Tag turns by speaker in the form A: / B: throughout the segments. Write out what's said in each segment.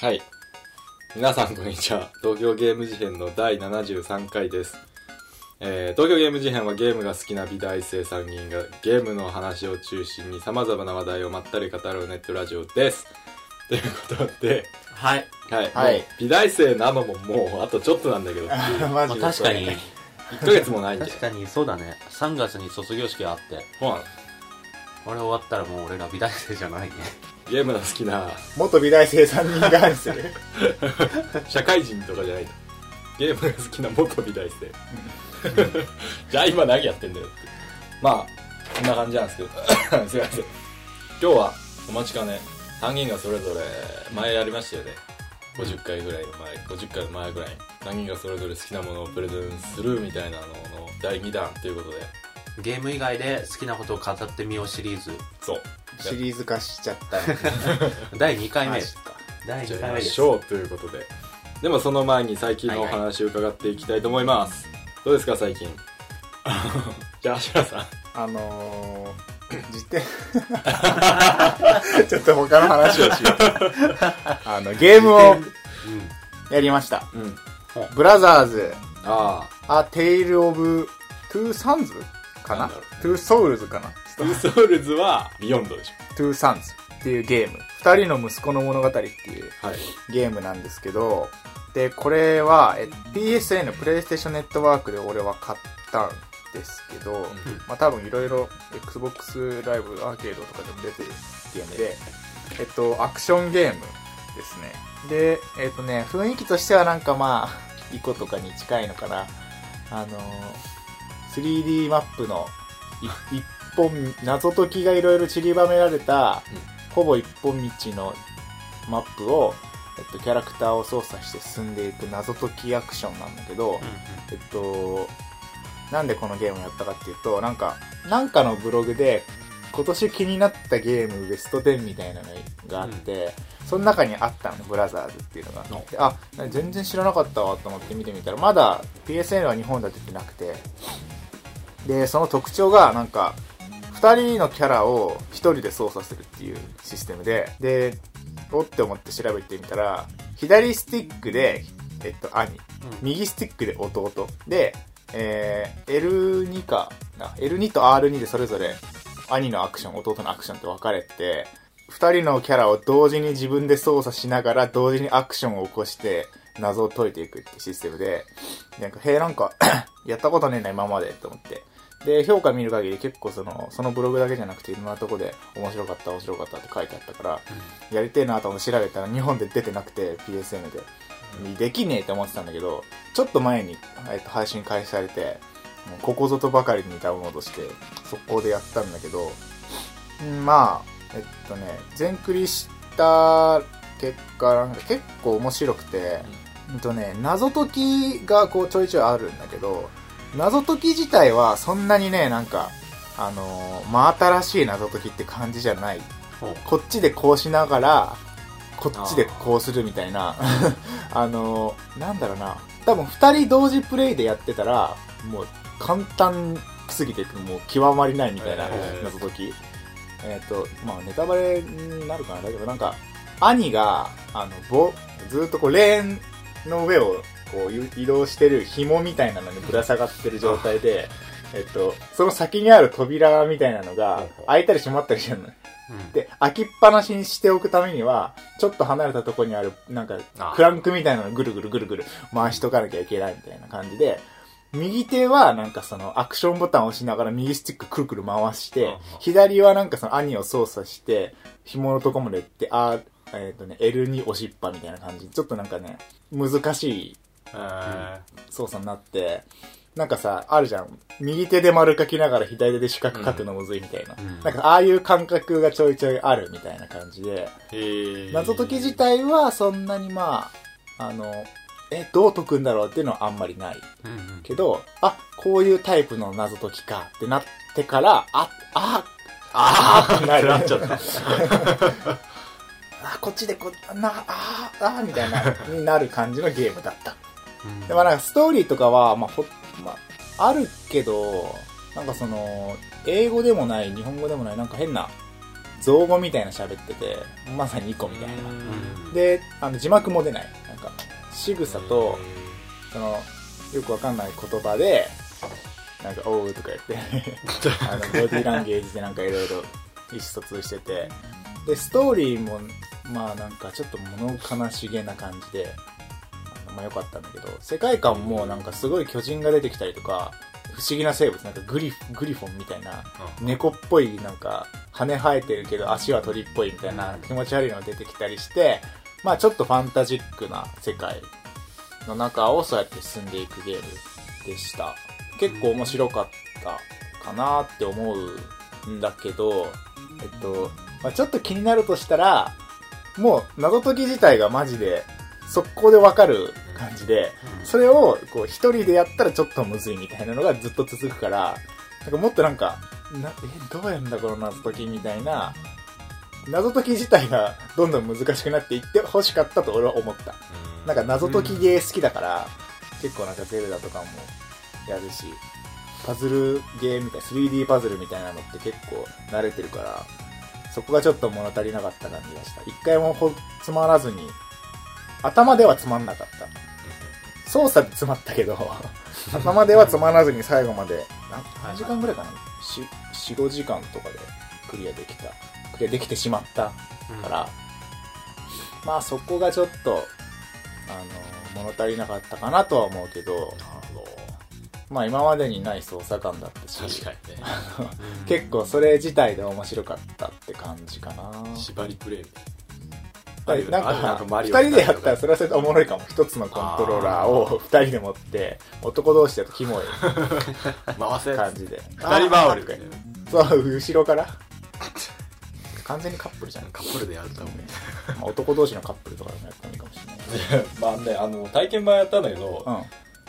A: はい。皆さんこんにちは。東京ゲーム事変の第73回です。えー、東京ゲーム事変はゲームが好きな美大生3人がゲームの話を中心に様々な話題をまったり語るネットラジオです。 ということで、
B: はい。
A: はい。
C: はい
A: もう美大生なのももうあとちょっとなんだけ ど、1
C: マ
B: まあ、
C: ジで
B: 確
C: そ
B: か
C: れ
B: に、
A: ヶ月もないんで。
B: 確かにそうだね。3月に卒業式があって、
A: そうなの
B: 俺終わったらもう俺ら美大生じゃないね。
A: ゲームの好きな
C: 元美大生3人があるんですよね
A: 社会人とかじゃないとゲームが好きな元美大生 じゃあ今何やってんだよってまあこんな感じなんですけど すいません今日はお待ちかね3人がそれぞれ前やりましたよね50回ぐらいの前50回の前ぐらいに3人がそれぞれ好きなものをプレゼンするみたいなのの第2弾ということで
B: ゲーム以外で好きなことを語ってみようシリーズ。
A: そう
C: シリーズ化しちゃった
B: 第2回目
C: マジ。か
B: 第
A: じゃ
B: 2
A: あやり
B: 回目
A: ま
B: で
A: し
B: す。
A: ょうということででもその前に最近のお
B: はい
A: 話を伺っていきたいと思います、どうですか 最近じゃあ芦原さん
C: あのー、時点 ちょっと他の話をしようあのゲームを
B: うん。
C: やりました
A: うん
C: ブラザーズ
A: あ
C: あテイル・オブ・トゥ・サンズか
A: な
C: なん
A: だろう
C: トゥ・ソウルズかな
A: あ、トゥーソ ウルズはビヨンドでし
C: トゥ・サンズっていうゲーム二人の息子の物語っていう
A: ょ。はい。
C: ゲームなんですけど、で、これは、え PSA のプレイステーションネットワークで俺は買ったんですけど、まあ多分いろいろ Xbox ライブアーケードとかでも出てるゲームで、えっと、アクションゲームですね。で、えっとね、雰囲気としてはなんかまあ、イコとかに近いのかな。あのー、3D マップのい一本、謎解きがいろいろ散りばめられた、ほぼ一本道のマップを、えっと、キャラクターを操作して進んでいく謎解きアクションなんだけど、えっと、なんでこのゲームをやったかっていうと、なんか、なんかのブログで、今年気になったゲームベスト10みたいなのがあって、その中にあったの、ブラザーズっていうのが。であ、全然知らなかったわと思って見てみたら、まだ PSN は日本だ出てなくて、で、その特徴が、なんか、二人のキャラを一人で操作するっていうシステムで、で、おって思って調べてみたら、左スティックで、えっと、兄、
B: うん
C: 右スティックで弟で、えー、L2 かな L2 と R2 でそれぞれ兄のアクション弟のアクションって分かれて2人のキャラを同時に自分で操作しながら同時にアクションを起こして謎を解いていくってシステムでなんかへえなんか やったことねえな今までと思ってで評価見る限り結構そのそのブログだけじゃなくていろんなとこで面白かった面白かったって書いてあったから、やりてえなと思って調べたら日本で出てなくて PSN でできねえと思ってたんだけどちょっと前に、えっと、配信開始されてもうここぞとばかりにダウンロードして速攻でやったんだけどうんまあえっとね全クリした結果なんか結構面白くて、うんとね、謎解きがこうちょいちょいあるんだけど謎解き自体はそんなにねなんかあのー真新しい謎解きって感じじゃない
B: ほう
C: こっちでこうしながら、こっちでこうするみたいな、 あの、なんだろうな、多分二人同時プレイでやってたら、もう簡単すぎて、もう極まりないみたいな
A: へー
C: 謎解き。えっ、と、まあネタバレになるかな、だけどなんか、兄が、あの、ぼ、ずっとこうレーンの上をこうゆ移動してる紐みたいなのにぶら下がってる状態で、えっと、その先にある扉みたいなのが開いたり閉まったりしてるの。
B: うん
C: で、開きっぱなしにしておくためには、ちょっと離れたとこにある、なんか
B: あ、
C: クランクみたいなのをぐるぐるぐるぐる回しとかなきゃいけないみたいな感じで、右手はなんかそのアクションボタンを押しながら右スティックくるくる回して
B: あ、
C: 左はなんかその兄を操作して、紐のとこまで行って、あーえっ、とね、L に押しっぱみたいな感じ。ちょっとなんかね、難しい操作になって、なんかさ、あるじゃん。右手で丸書きながら左手で四角書くのむずいみたいな。
B: うん
C: なんかああいう感覚がちょいちょいあるみたいな感じで、
A: えー
C: 謎解き自体はそんなにまあ、あの、え、どう解くんだろうっていうのはあんまりない
B: うんうん
C: けど、あ、こういうタイプの謎解きかってなってから、あ、あ、あーってなる。
A: なっちゃった。
C: あ、こっちでこ、な、あー、あーみたいな、になる感じのゲームだった。
B: うん
C: でもなんかストーリーとかは、まあ、ほ、まあ、あるけど、なんかその、英語でもない、日本語でもない、なんか変な、造語みたいな喋ってて、まさにイコみたいな。
B: うん
C: であの字幕も出ないなんか仕草とそのよくわかんない言葉でなんか「おう」とかやってあのボディーランゲージでなんかいろいろ意思疎通しててでストーリーもまあなんかちょっと物悲しげな感じであのまあ良かったんだけど世界観もなんかすごい巨人が出てきたりとか不思議な生物なんかグリフグリフォンみたいな猫っぽいなんか羽生えてるけど足は鳥っぽいみたいな気持ち悪いのが出てきたりしてまあちょっとファンタジックな世界の中をそうやって進んでいくゲームでした結構面白かったかなって思うんだけどえっと、まあ、ちょっと気になるとしたらもう謎解き自体がマジで速攻でわかる感じで、それをこう一人でやったらちょっとむずいみたいなのがずっと続くから、なんかもっとなんか、なえ、どうやんだこの謎解きみたいな、謎解き自体がどんどん難しくなっていって欲しかったと俺は思った。なんか謎解きゲー好きだから、結構なんかゼルダとかもやるし、パズルゲーみたい、3D パズルみたいなのって結構慣れてるから、そこがちょっと物足りなかった感じがした。一回もほつまらずに、頭ではつまんなかった。操作で詰まったけ ど頭ではつまらずに最後までな何時間ぐらいかな45時間とかでクリアできたクリアできてしまった
B: うん
C: から、まあそこがちょっとあの物足りなかったかなとは思うけどまあ今までにない操作感だったし
A: 確かにね
B: うん
C: 結構それ自体で面白かったって感じかな
A: 縛りプレイ
C: は
A: あ
C: い
A: る
C: なん
A: あるなんか
C: か、
A: マ
C: 二
A: リオみたい
C: 人
A: な
C: でやったらそれはそれでおもろいかも。一つのコントローラーを二人で持って、男同士だとキモい
A: 回せ
C: 感じで。
A: 二人回る
C: あーそう、後ろから。完全にカップルじゃん。
A: カップルでやると思う
C: まあ男同士のカップルとかでもやったらいいかもしれない。
A: まあねあの体験版やったんだけど、
C: うん。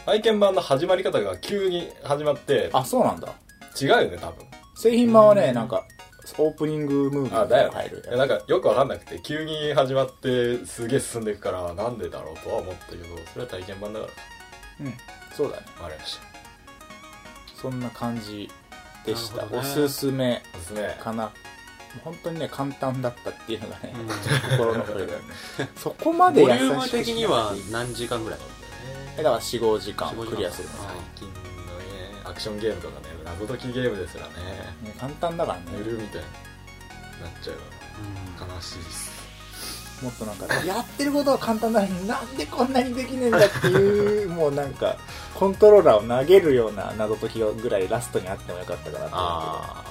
A: 体験版の始まり方が急に始まって
C: あ、そうなんだ。
A: 違うよね多分
C: 製品版はね、なんか、オープニングムービー
A: あ
C: み
A: だ
C: たい
A: よ
C: なの入
A: ね
C: る
A: いや。なんかよくわかんなくて急に始まってすげえ進んでいくからなんでだろうとは思ったけどそれは体験版だから
C: そうだね。
A: わかりました
C: そんな感じでし
B: な
C: た。
B: るほど
C: お
B: ね
C: すすめ
A: おすすめ
C: かな。本当にね、簡単だったっていうのがね
B: う、ん
C: 心の声だよね。 そこまで
B: ボ
C: 優
B: リ
C: しく
B: ュー
C: し
B: ム
C: なくていい
B: 的には何時間ぐらい
C: えだから4、5時間
B: 4-5
C: クリアする
B: 時
A: 最近のねアクションゲームとかね謎解きゲームですらね
C: の。ね簡単だからね。
A: 寝るみたいになっちゃうよ
B: うん
A: 悲しいです
C: もっとなんか、やってることは簡単なのになんでこんなにできねえんだっていう、もうなんか、コントローラーを投げるような謎解きぐらいラストにあってもよかったかなと思う
A: あ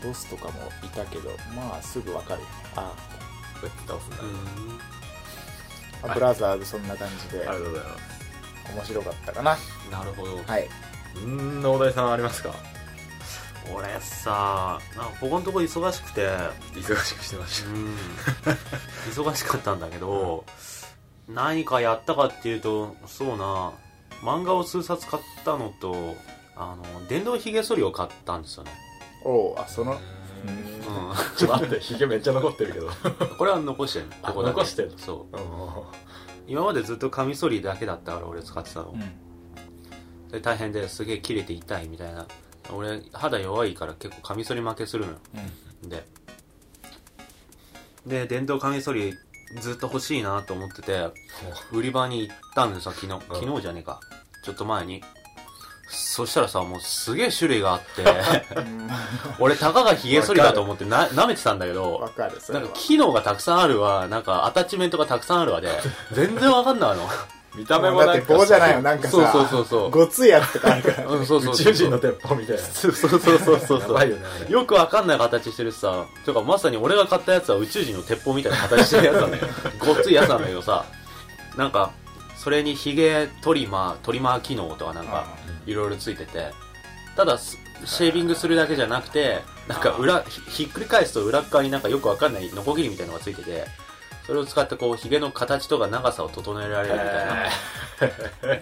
C: けど、ボスとかもいたけど、まあすぐわかるよね。あ
A: あこうやって倒すんだ、
B: うん
C: あ、ブラザーズそんな感じで
A: ありが、とうございます
C: 面白かったかな。
B: なるほど
C: はい。
A: うんーお題さんありますか
B: 俺さなんかここのとこ忙しくて
A: 忙しくしてまし
B: うん忙しかったんだけど、何かやったかっていうとそうな漫画を数冊買ったのとあの電動ひげ剃りを買ったんですよね、
C: おう、あ、その、
A: た
C: うん
B: う
A: ちょっと待ってヒゲめっちゃ残ってるけど
B: ん、これは残してる
A: あ
B: ここだけ
A: 残してる
B: そう
A: う
B: 今までずっとカミソリだけだったから俺使ってたの、で大変ですげえ切れて痛いみたいな俺肌弱いから結構カミソリ負けするのよでで電動カミソリずっと欲しいなと思ってて売り場に行ったんですよ昨日
A: うん
B: 昨日じゃねえか、ちょっと前にそしたらさもうすげえ種類があって
C: うん。
B: 俺たかがヒゲ剃りだと思ってな舐めてたんだけ
C: わ
B: ど
C: かる、それ
B: なん
C: は
B: か。機能がたくさんあるわなんかアタッチメントがたくさんあるわで全然わかんないの
A: ん見た目も
C: だ
A: な
C: っ
A: ん
C: て
A: か
C: 棒じゃないの、なんかさ、
B: そうそうそうそう
C: ごついやつとかある から。
B: うんそうそうそう
A: 宇宙人の鉄砲みたいな
B: そうそうそうそうそう
A: やばいよね
B: よくわかんない形してるしさてかまさに俺が買ったやつは宇宙人の鉄砲みたいな形してるやつなんだよごっついやつなんだけどさなんかそれにヒゲトリマートリマー機能とかなんかいろいろついててただすシェービングするだけじゃなくてなんか裏ひひっくり返すと裏っ側になんかよくわかんないノコギリみたいなのがついててそれを使ってこうヒゲの形とか長さを整えられるみたいな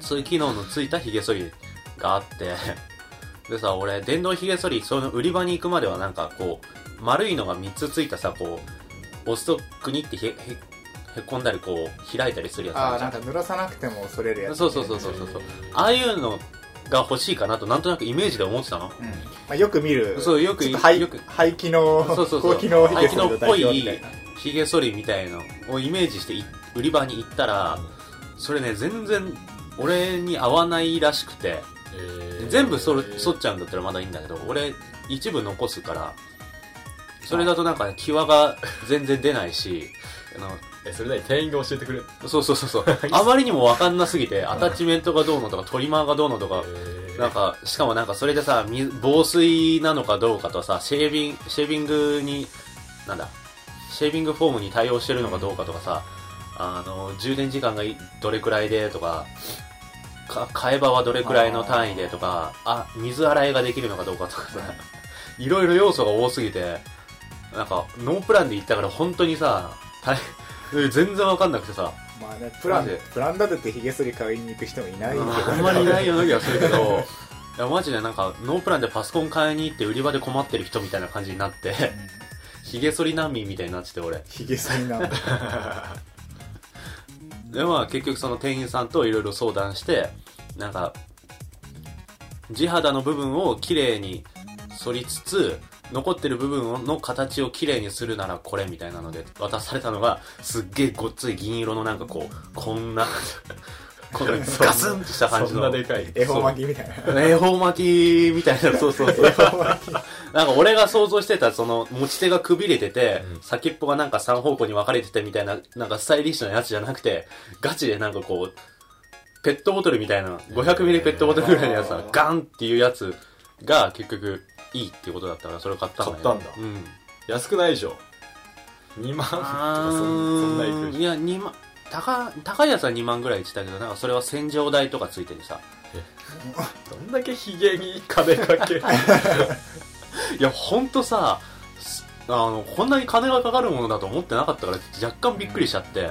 B: そういう機能のついたヒゲ剃りがあって、 でさ、俺、電動ヒゲ剃り、その売り場に行くまではなんかこう、丸いのが3つついたさ、こう、押すとクニってへ、へ、へこんだりこう、開いたりするやつ
C: あ
B: あ
C: あ
B: るじ
C: な
B: ゃ
C: ん
B: ん
C: か濡らさなくても恐れるやつ、
B: そうそうそうそうそう。ああいうのが欲しいかなと、なんとなくイメージで思ってたの。
C: うんまあ、よく見る
B: そうよく
C: ちょっと排
B: よく
C: 排気の
B: そうそうそう
C: 高気の
B: 排気のっぽい
C: 代表みたいな
B: ヒゲ剃りみたいのをイメージしてい売り場に行ったらそれね全然俺に合わないらしくて
A: えー
B: 全部そ剃っちゃうんだったらまだいいんだけど俺一部残すからそれだとなんかね際が全然出ないしあの
A: えそれなりに店員が教えてくれる
B: そうそうそうそう。あまりにもわかんなすぎて、アタッチメントがどうのとか、トリマーがどうのとか、なんか、しかもなんかそれでさ、み防水なのかどうかとさ、シェービング、シェービングに、なんだ、シェービングフォームに対応してるのかどうかとかさ、あの、充電時間がいどれくらいでとか、か、替え刃はどれくらいの単位でとか、あ、水洗いができるのかどうかとかさ、 いろいろ要素が多すぎて、なんか、ノープランで行ったから本当にさ、大変全然わかんなくてさ、
C: まあねプラ
B: マ
C: ン
B: ジで
C: プラン立ててヒゲ剃り買いに行く人もいないけど、
B: あんまりいないような気がするけど、 いやマジでなんか、ノープランでパソコン買いに行って売り場で困ってる人みたいな感じになって、ひげ剃り難民みたいになってて俺。
C: ヒゲ剃り なんだ
B: で、まあ結局その店員さんといろいろ相談して、なんか、地肌の部分を綺麗に剃りつつ、残ってる部分の形を綺麗にするならこれみたいなので渡されたのが、すっげえごっつい銀色のなんかこう、こん な、このガスンとした感じ
A: そん
B: の。
A: なでかい
C: 恵方巻きみたいな
B: 恵方巻きみたいな、そうそうそう。なんか俺が想像してた、その、持ち手がくびれてて、
A: うん
B: 先っぽがなんか3方向に分かれててみたいな、なんかスタイリッシュなやつじゃなくて、ガチでなんかこう、ペットボトルみたいな、500ミリペットボトルぐらいのやつ
C: あ
B: が
C: ー、
B: ガンっていうやつが結局いいっていうことだったから、それを買ったのよ。
A: 買ったんだ
B: うん。
A: 安くないでしょ2万とかそんそんないくで
B: い
A: しょ
B: や、2万、高、高いやつは2万ぐらい言ってたけど、なんかそれは洗浄代とかついててさ、
A: どんだけヒゲに金かける
B: いや、ほんとさ、すあの、こんなに金がかかるものだと思ってなかったから、若干びっくりしちゃって。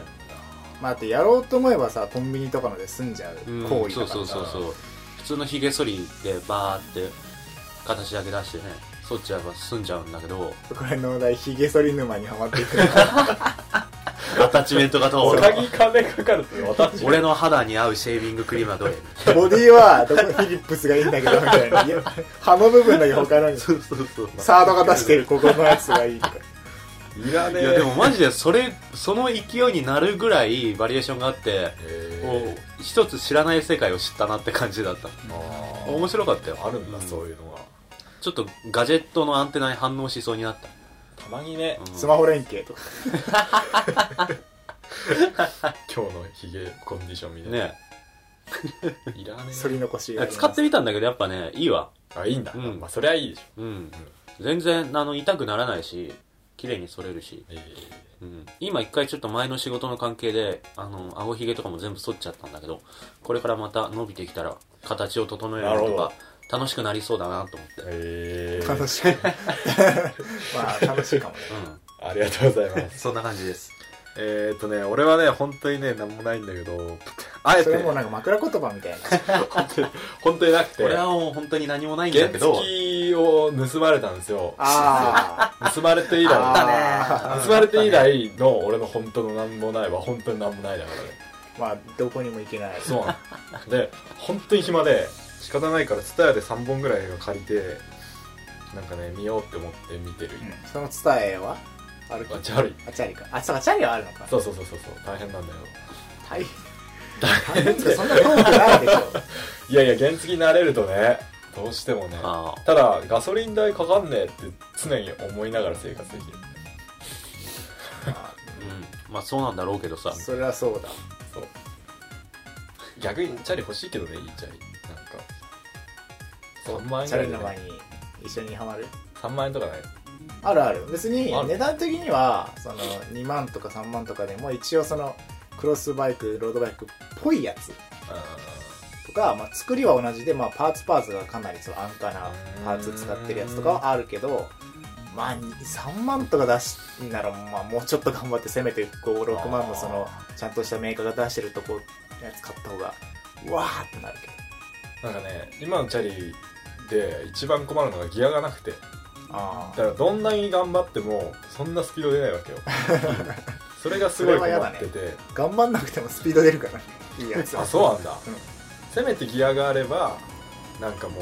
C: まあだってやろうと思えばさコンビニとかので済んじゃう
B: うん、
C: 行為
B: そ
C: だ
B: う
C: か
B: そ
C: ら
B: う
C: さ
B: そうそう。普通のヒゲ剃りでバーって、形だけ出してね、剃っちゃえば済んじゃうんだけ ど、
C: そこら辺のお題ヒゲ剃り沼にはまっていくの
B: アタッチメントがどう
A: おかぎ金かかるって私
B: 俺の肌に合うシェービングクリームはどれ
C: ボディはどこフィリップスがいいんだけどみたいないや歯の部分だけ他のに
B: そうそうそう。
C: サードが出してるここのやつがいいとか
A: いらね
B: い
A: え
B: や、でもマジでそれ、その勢いになるぐらいバリエーションがあって、
A: へ
B: こう一つ知らない世界を知ったなって感じだった。
A: ーあー
B: 面白かったよ。
A: あるんだ
B: うん
A: そういうのが
B: ちょっとガジェットのアンテナに反応しそうになった。
A: たまにね
B: うん
C: スマホ連携とか
A: 今日のヒゲコンディションみたいな
B: ね
A: いらね
C: 剃り残し
B: いや使ってみたんだけどやっぱねいいわ
A: えあいいんだ
B: うん
A: まあそりゃいいでしょ
B: うん全然あの痛くならないし綺麗に剃れるし、
A: え
B: うん、今一回ちょっと前の仕事の関係であの顎ひげとかも全部剃っちゃったんだけどこれからまた伸びてきたら形を整えるの
A: なる
B: と
A: ほど
B: か楽しくなりそうだなと思って
A: ーえー
C: 楽しい まあ楽しいかもね
B: うん
A: ありがとうございます
B: そんな感じです
A: えーっとね俺はね本当にねなんもないんだけどあえ
C: そ
A: て
C: れもなんか枕言葉 みたいな
A: 本当になくて
B: 俺はもう本当に何もないんだ
A: 原
B: けど
A: 付を盗まれたんですよ
C: あ
A: 盗まれて以
C: あ
A: 来
C: あ
A: 盗まれて以来の俺の本当のなんもないは本当になんもないだからね
C: ーまあどこにも行けない
A: そうなので本当に暇で仕方ないから TSUTAYA で3本ぐらい映画借りてなんかね見ようって思って見てる
C: うんその伝えは歩き
A: あチャリ
C: あチャリかあそうかチャリはあるのか
A: そうそうそうそうそう大変なんだよ
C: 大変大変ってそんな遠くないでしょ
A: いやいや原付に慣れるとねどうしてもね
B: あ
A: ただガソリン代かかんねえって常に思いながら生活できる
B: あうんまあそうなんだろうけどさ
C: それはそうだ
A: そう逆にチャリ欲しいけどねいいチャリなんか3万円
C: チ
A: ぐ
C: ャ
A: らい
C: リ
A: で
C: の前
A: ね
C: に一緒にハマる
A: 3万円とかない
C: あるある別に
A: ある
C: 値段的にはその2万とか3万とかでも一応そのクロスバイクロードバイクっぽいやつとか、まあ、作りは同じで、まあ、パーツパーツがかなりその安価なパーツ使ってるやつとかはあるけどまあ3万とか出しんなら、まあ、もうちょっと頑張ってせめて56万のそのちゃんとしたメーカーが出してるとこのやつ買った方がうわーってなるけど
A: なんかね今のチャリで一番困るのがギアがなくて
C: あ
A: だ
C: あ
A: からどんなに頑張ってもそんなスピード出ないわけよそれがすごい困ってて、
C: 頑張んなくてもスピード出るからいいやつは
A: あそうなんだ、
C: うん
A: せめてギアがあればなんかもう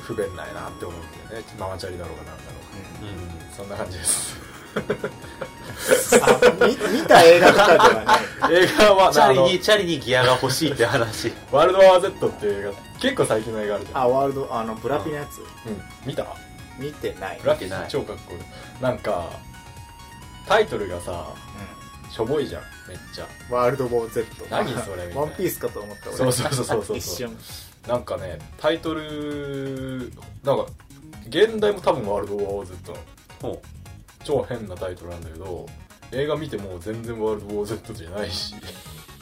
A: 不便ないなって思うんだよねママチャリだろうがなんだろう
C: うん
B: うん
A: が、そんな感じです
C: あみ見た映画とかではない
A: 映画は
B: チャリ
A: あの
B: にチャリにギアが欲しいって話
A: ワールド・ワー・ゼットっていう映画結構最近の映画あるじゃん
C: あワールドあのブラピのやつ、
A: うん見た
C: 見てない、
A: ラピ超かっこいいなんかタイトルがさしょぼいじゃんめっちゃ
C: うんワールド・ウォー・ゼット
A: 何それみたいな
C: ワンピースかと思った俺
A: そうそうそうそうそう
C: 一瞬
A: なんかねタイトルなんか現代も多分ワールド・ワー・ゼットなの
B: ほ
A: 超変なタイトルなんだけど映画見ても全然ワールド・ウォー・ゼットじゃないし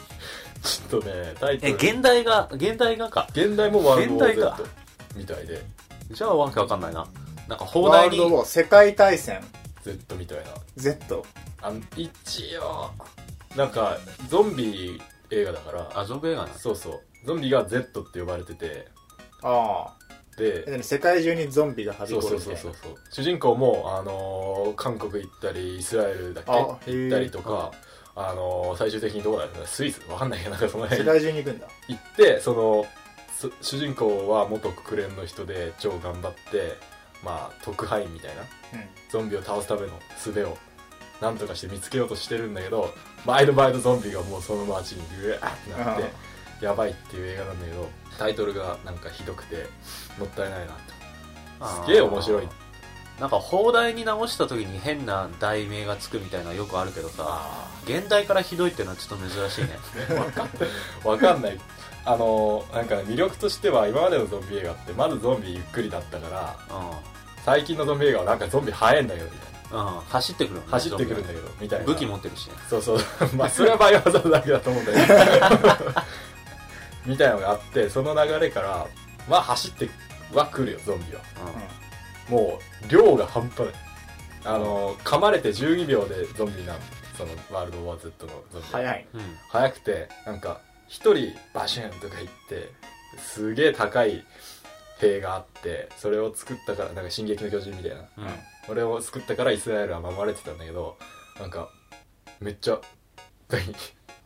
A: ちょっとねタイ
B: う
A: ト
B: え
A: ル
B: 現代が現代がか
A: 現代もワールド・ウォー・
B: 現
A: ゼ
B: 代
A: ッ
B: か
A: トみたいで
B: じゃあわけわかんないななんか放
C: ワー
B: 題
C: ル
B: に
C: ド・ウォー世界大戦
A: Z みたいな
C: Z
A: あの一応なんかゾンビ映画だから
B: あゾンビ映画なんです
A: そうそうゾンビが Z って呼ばれてて
C: ああ
A: で
C: で世界中にゾンビがはび
A: そう
C: こ
A: そ
C: る
A: う
C: みた
A: そ
C: いうな
A: そうそう主人公も、あのー韓国行ったりイスラエルだっけ
C: あ
A: 行ったりとか
C: へ、
A: あのー最終的にどうなるのスイスわかんないけどなんかその
C: 世
A: 辺
C: 界中に行くんだ
A: 行ってそのそ主人公は元国連の人で超頑張ってまあ特派員みたいな
C: うん
A: ゾンビを倒すための術をなんとかして見つけようとしてるんだけど毎度毎度ゾンビがもうその街にうわーってなって
C: あ
A: やばいっていう映画なんだけどタイトルがなんかひどくてもったいないなって
B: あー
A: すげえ面白い
B: なんか放題に直した時に変な題名がつくみたいなのよくあるけどさ
A: あ
B: 現代からひどいってのはちょっと珍しいね
A: あわかんないあのーなんかね魅力としては今までのゾンビ映画ってまずゾンビゆっくりだったから
B: う、
A: 最近のゾンビ映画はなんかゾンビ早いんだよみたいなん
B: うん、走ってくるのね
A: 走ってくるん
B: ゾ
A: だ
B: ン
A: け
B: ビ
A: どみたいな
B: 武器持ってるしね
A: そう そうまあそれはバイオハザードだけだと思うんだけど みたいなのがあってその流れからまあ走っては来るよゾンビはもう量が半端ないあの噛まれて12秒でゾンビになるそのワールド・ワー・ゼットのゾンビ
C: 早い
B: うん、うん
A: 早くてなんか一人バシュンとか言ってすげえ高い塀があってそれを作ったからなんか「進撃の巨人」みたいな
B: うん
A: 俺を救ったからイスラエルは守れてたんだけどなんかめっちゃ何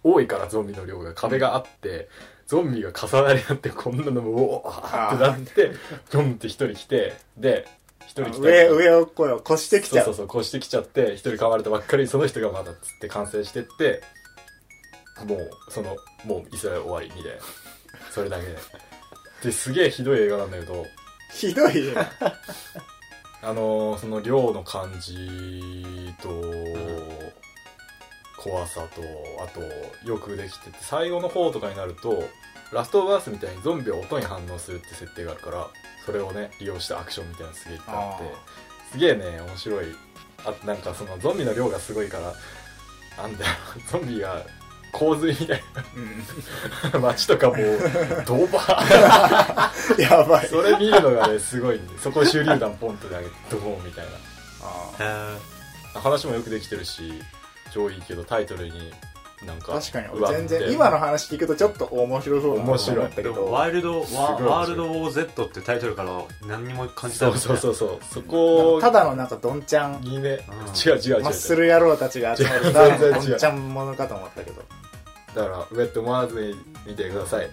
A: 多いからゾンビの量が壁があってゾンビが重なり合ってこんなのもうおーってなってドンって一人来てで一人来た
C: 上上をこう越してきちゃ
A: そう
C: う
A: そうそう越してきちゃって一人噛まれたばっかりその人がまだっつって感染してってもうそのもうイスラエル終わりみたいなそれだけでですげえひどい映画なんだけど
C: ひどいよ
A: あのーその量の感じと怖さとあとよくできてて最後の方とかになるとラストオブアースみたいにゾンビは音に反応するって設定があるからそれをね利用したアクションみたいなのすげえいっぱいあって
C: あ
A: すげえね面白いあとなんかそのゾンビの量がすごいからなんだよゾンビが洪水みたい
C: うん
A: な街とかもうドバー
C: やばい
A: それ見るのがねすごいんでそこ手榴弾ポンって投げてドボンみたいな
C: あー
B: へ
A: 話もよくできてるし上位いいけどタイトルになんか
C: 確かに
A: うわ
C: 俺全
A: って
C: 然今の話聞くとちょっと面白そうだな
A: 面白い
C: と思った
B: え
C: け
B: で
C: ど
B: もワイルドワ
A: すごい面白い
B: ワールドウォー Z ってタイトルから何にも感じた
A: そ
B: な
A: う
B: い
A: そうそうそうそ
C: なん
A: こ
C: かただのなんかどんちゃん
A: にね
B: う
A: 違う違う違う違う
C: マッスル野郎たちが集まるただのどんちゃんものかと思ったけど
A: だからウェットマーズに見てください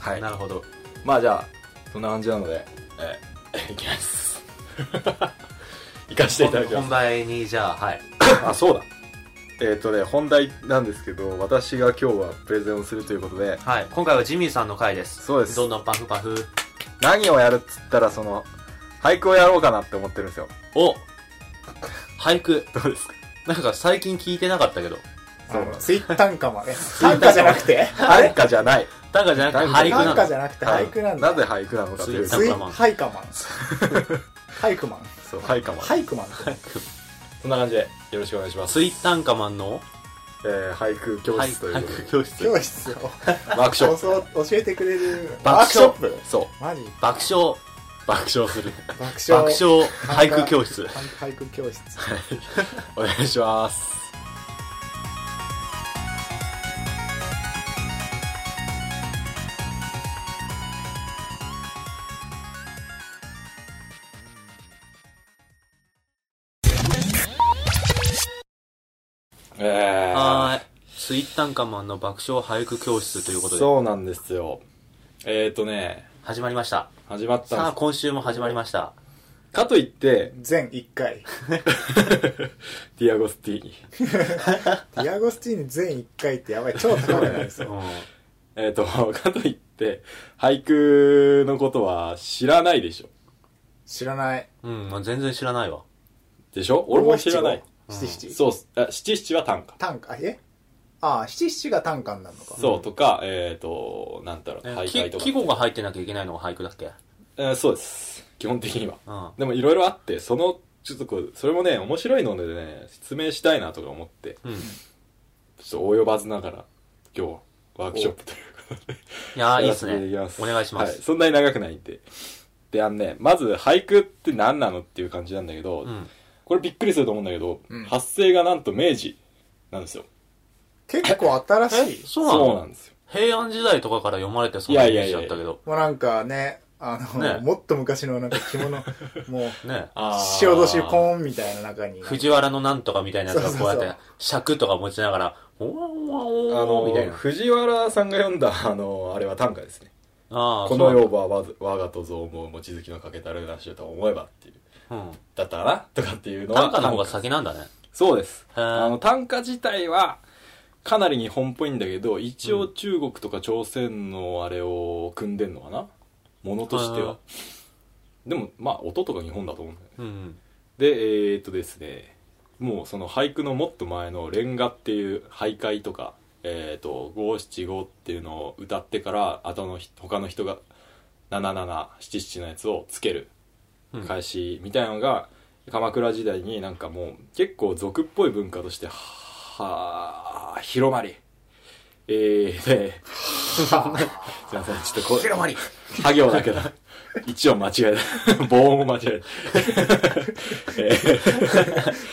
A: はい
B: なるほど
A: まあじゃあそんな感じなのでえ いきます行かせていただきま
B: 本
A: す
B: 題にじゃあはい
A: あそうだえっ、とね本題なんですけど私が今日はプレゼンをするということで
B: はい今回はジミーさんの回です
A: そうです
B: どんどんパフパフ
A: 何をやるっつったらその俳句をやろうかなって思ってるんですよ
B: お俳句
A: どうですか
B: なんか最近聞いてなかったけど
A: そう
C: あのツイッタンカマね短歌じゃなくて
A: 短
C: あれ
A: 歌じゃない
B: 短歌じゃなくて俳句な
C: 短
B: んだ
C: 歌じゃなくて俳句
A: は
C: なんだ
A: いなぜ俳句なのかという
B: ツ
A: と
C: ツ
B: イ
C: イ
B: 短歌マン
C: 俳歌マン俳句マン
A: そう俳句も
C: 俳句マンって
A: そんな感じでよろしくお願いします、
B: ツイッタンカマンの
A: えー、俳句教
B: 俳
A: 室という
B: 俳
A: ことで
B: 句教室
C: 教室を
A: ワークショップ
C: 教教えてくれる
B: 爆笑
C: ワークショップ
A: そう
C: マジ
B: 爆笑
A: 爆笑する
C: 爆笑
B: 爆笑俳句教室
C: 俳句教室
A: お願いしますえー、
B: はーいツイッタンカマンの爆笑俳句教室ということで
A: そうなんですよえっ、ー、とね
B: 始まりました
A: 始まったん
B: さあ
A: で
B: 今週も始まりました
A: かといって、
C: 全1回。
A: ディアゴスティーニ。
C: ディアゴスティーニ全1回ってやばい。超高くないです
B: う
C: よ。
B: ん
A: えっ、と、 かといって、俳句のことは知らないでしょ。
C: 知らない。
B: うん、まあ、全然知らないわ。
A: でしょ俺も知らない。
C: 五七五。七七。
A: そうっす、あ七七は短歌。
C: 短歌、えああ、七七が短歌になるのか。
A: そう、とか、えっ、と、なんだろう、
B: え
A: 俳
B: き
A: 諧とか。
B: 季語が入ってなきゃいけないのが俳句だっけ
A: えーそうです。基本的には。
B: うん。
A: でもいろいろあって、その、ちょっとこう、それもね、面白いのでね、説明したいなとか思って、
B: うん。い
A: ちょっと及ばずながら、今日はワークショップということで。
B: やー、い
A: や
B: いっ
A: ら
B: す
A: せてただ
B: ね。
A: き
B: お願いしま
A: は
B: す。
A: そんなに長くないんで。で、あのね、まず俳句って何なのっていう感じなんだけど、
B: うん。
A: これびっくりすると思うんだけど、
C: うん
A: 発生がなんと明治なんですよ。
C: 結構新しい。
B: そうなの
A: そうなんですよ。
B: 平安時代とかから読まれてそうなイメージだったけど。
C: もうなんかね、あの、
B: ね
C: もっと昔のなんか 着物、もう、
B: ね。
C: 塩年ポンみたいな中に。
B: 藤原のなんとかみたいなやつがこうやっ
C: そうそう
B: て尺とか持ちながら、おーおー
A: あの
B: おーみたいな。
A: 藤原さんが読んだ、あのあれは短歌ですね。
B: ああ、
A: この
B: そう
A: 世はわず我がとぞ思う、望月のかけたるなしと思えばっていう。
B: なんだ。うん。
A: だったかなとかっていうのは
B: 短歌の方が先なんだね。
A: そうです。
B: へー
A: あの、短歌自体は、かなり日本っぽいんだけど、一応中国とか朝鮮のあれを組んでんのかなものとしては。でも、まあ、音とか日本だと思うんだよね。
B: うん。
A: で、えー、っとですね、もうその俳句のもっと前のレンガっていう俳諧とか、えー、っと、五七五っていうのを歌ってから、後の人他の人が、七七七七のやつをつける
B: うん
A: 返しみたいなのが鎌倉時代になんかもう結構俗っぽい文化としてはあ広まりえー、ですいませんちょっとこれ
B: 広まり
A: は行だけど一音間違えた母音を間違えた、えー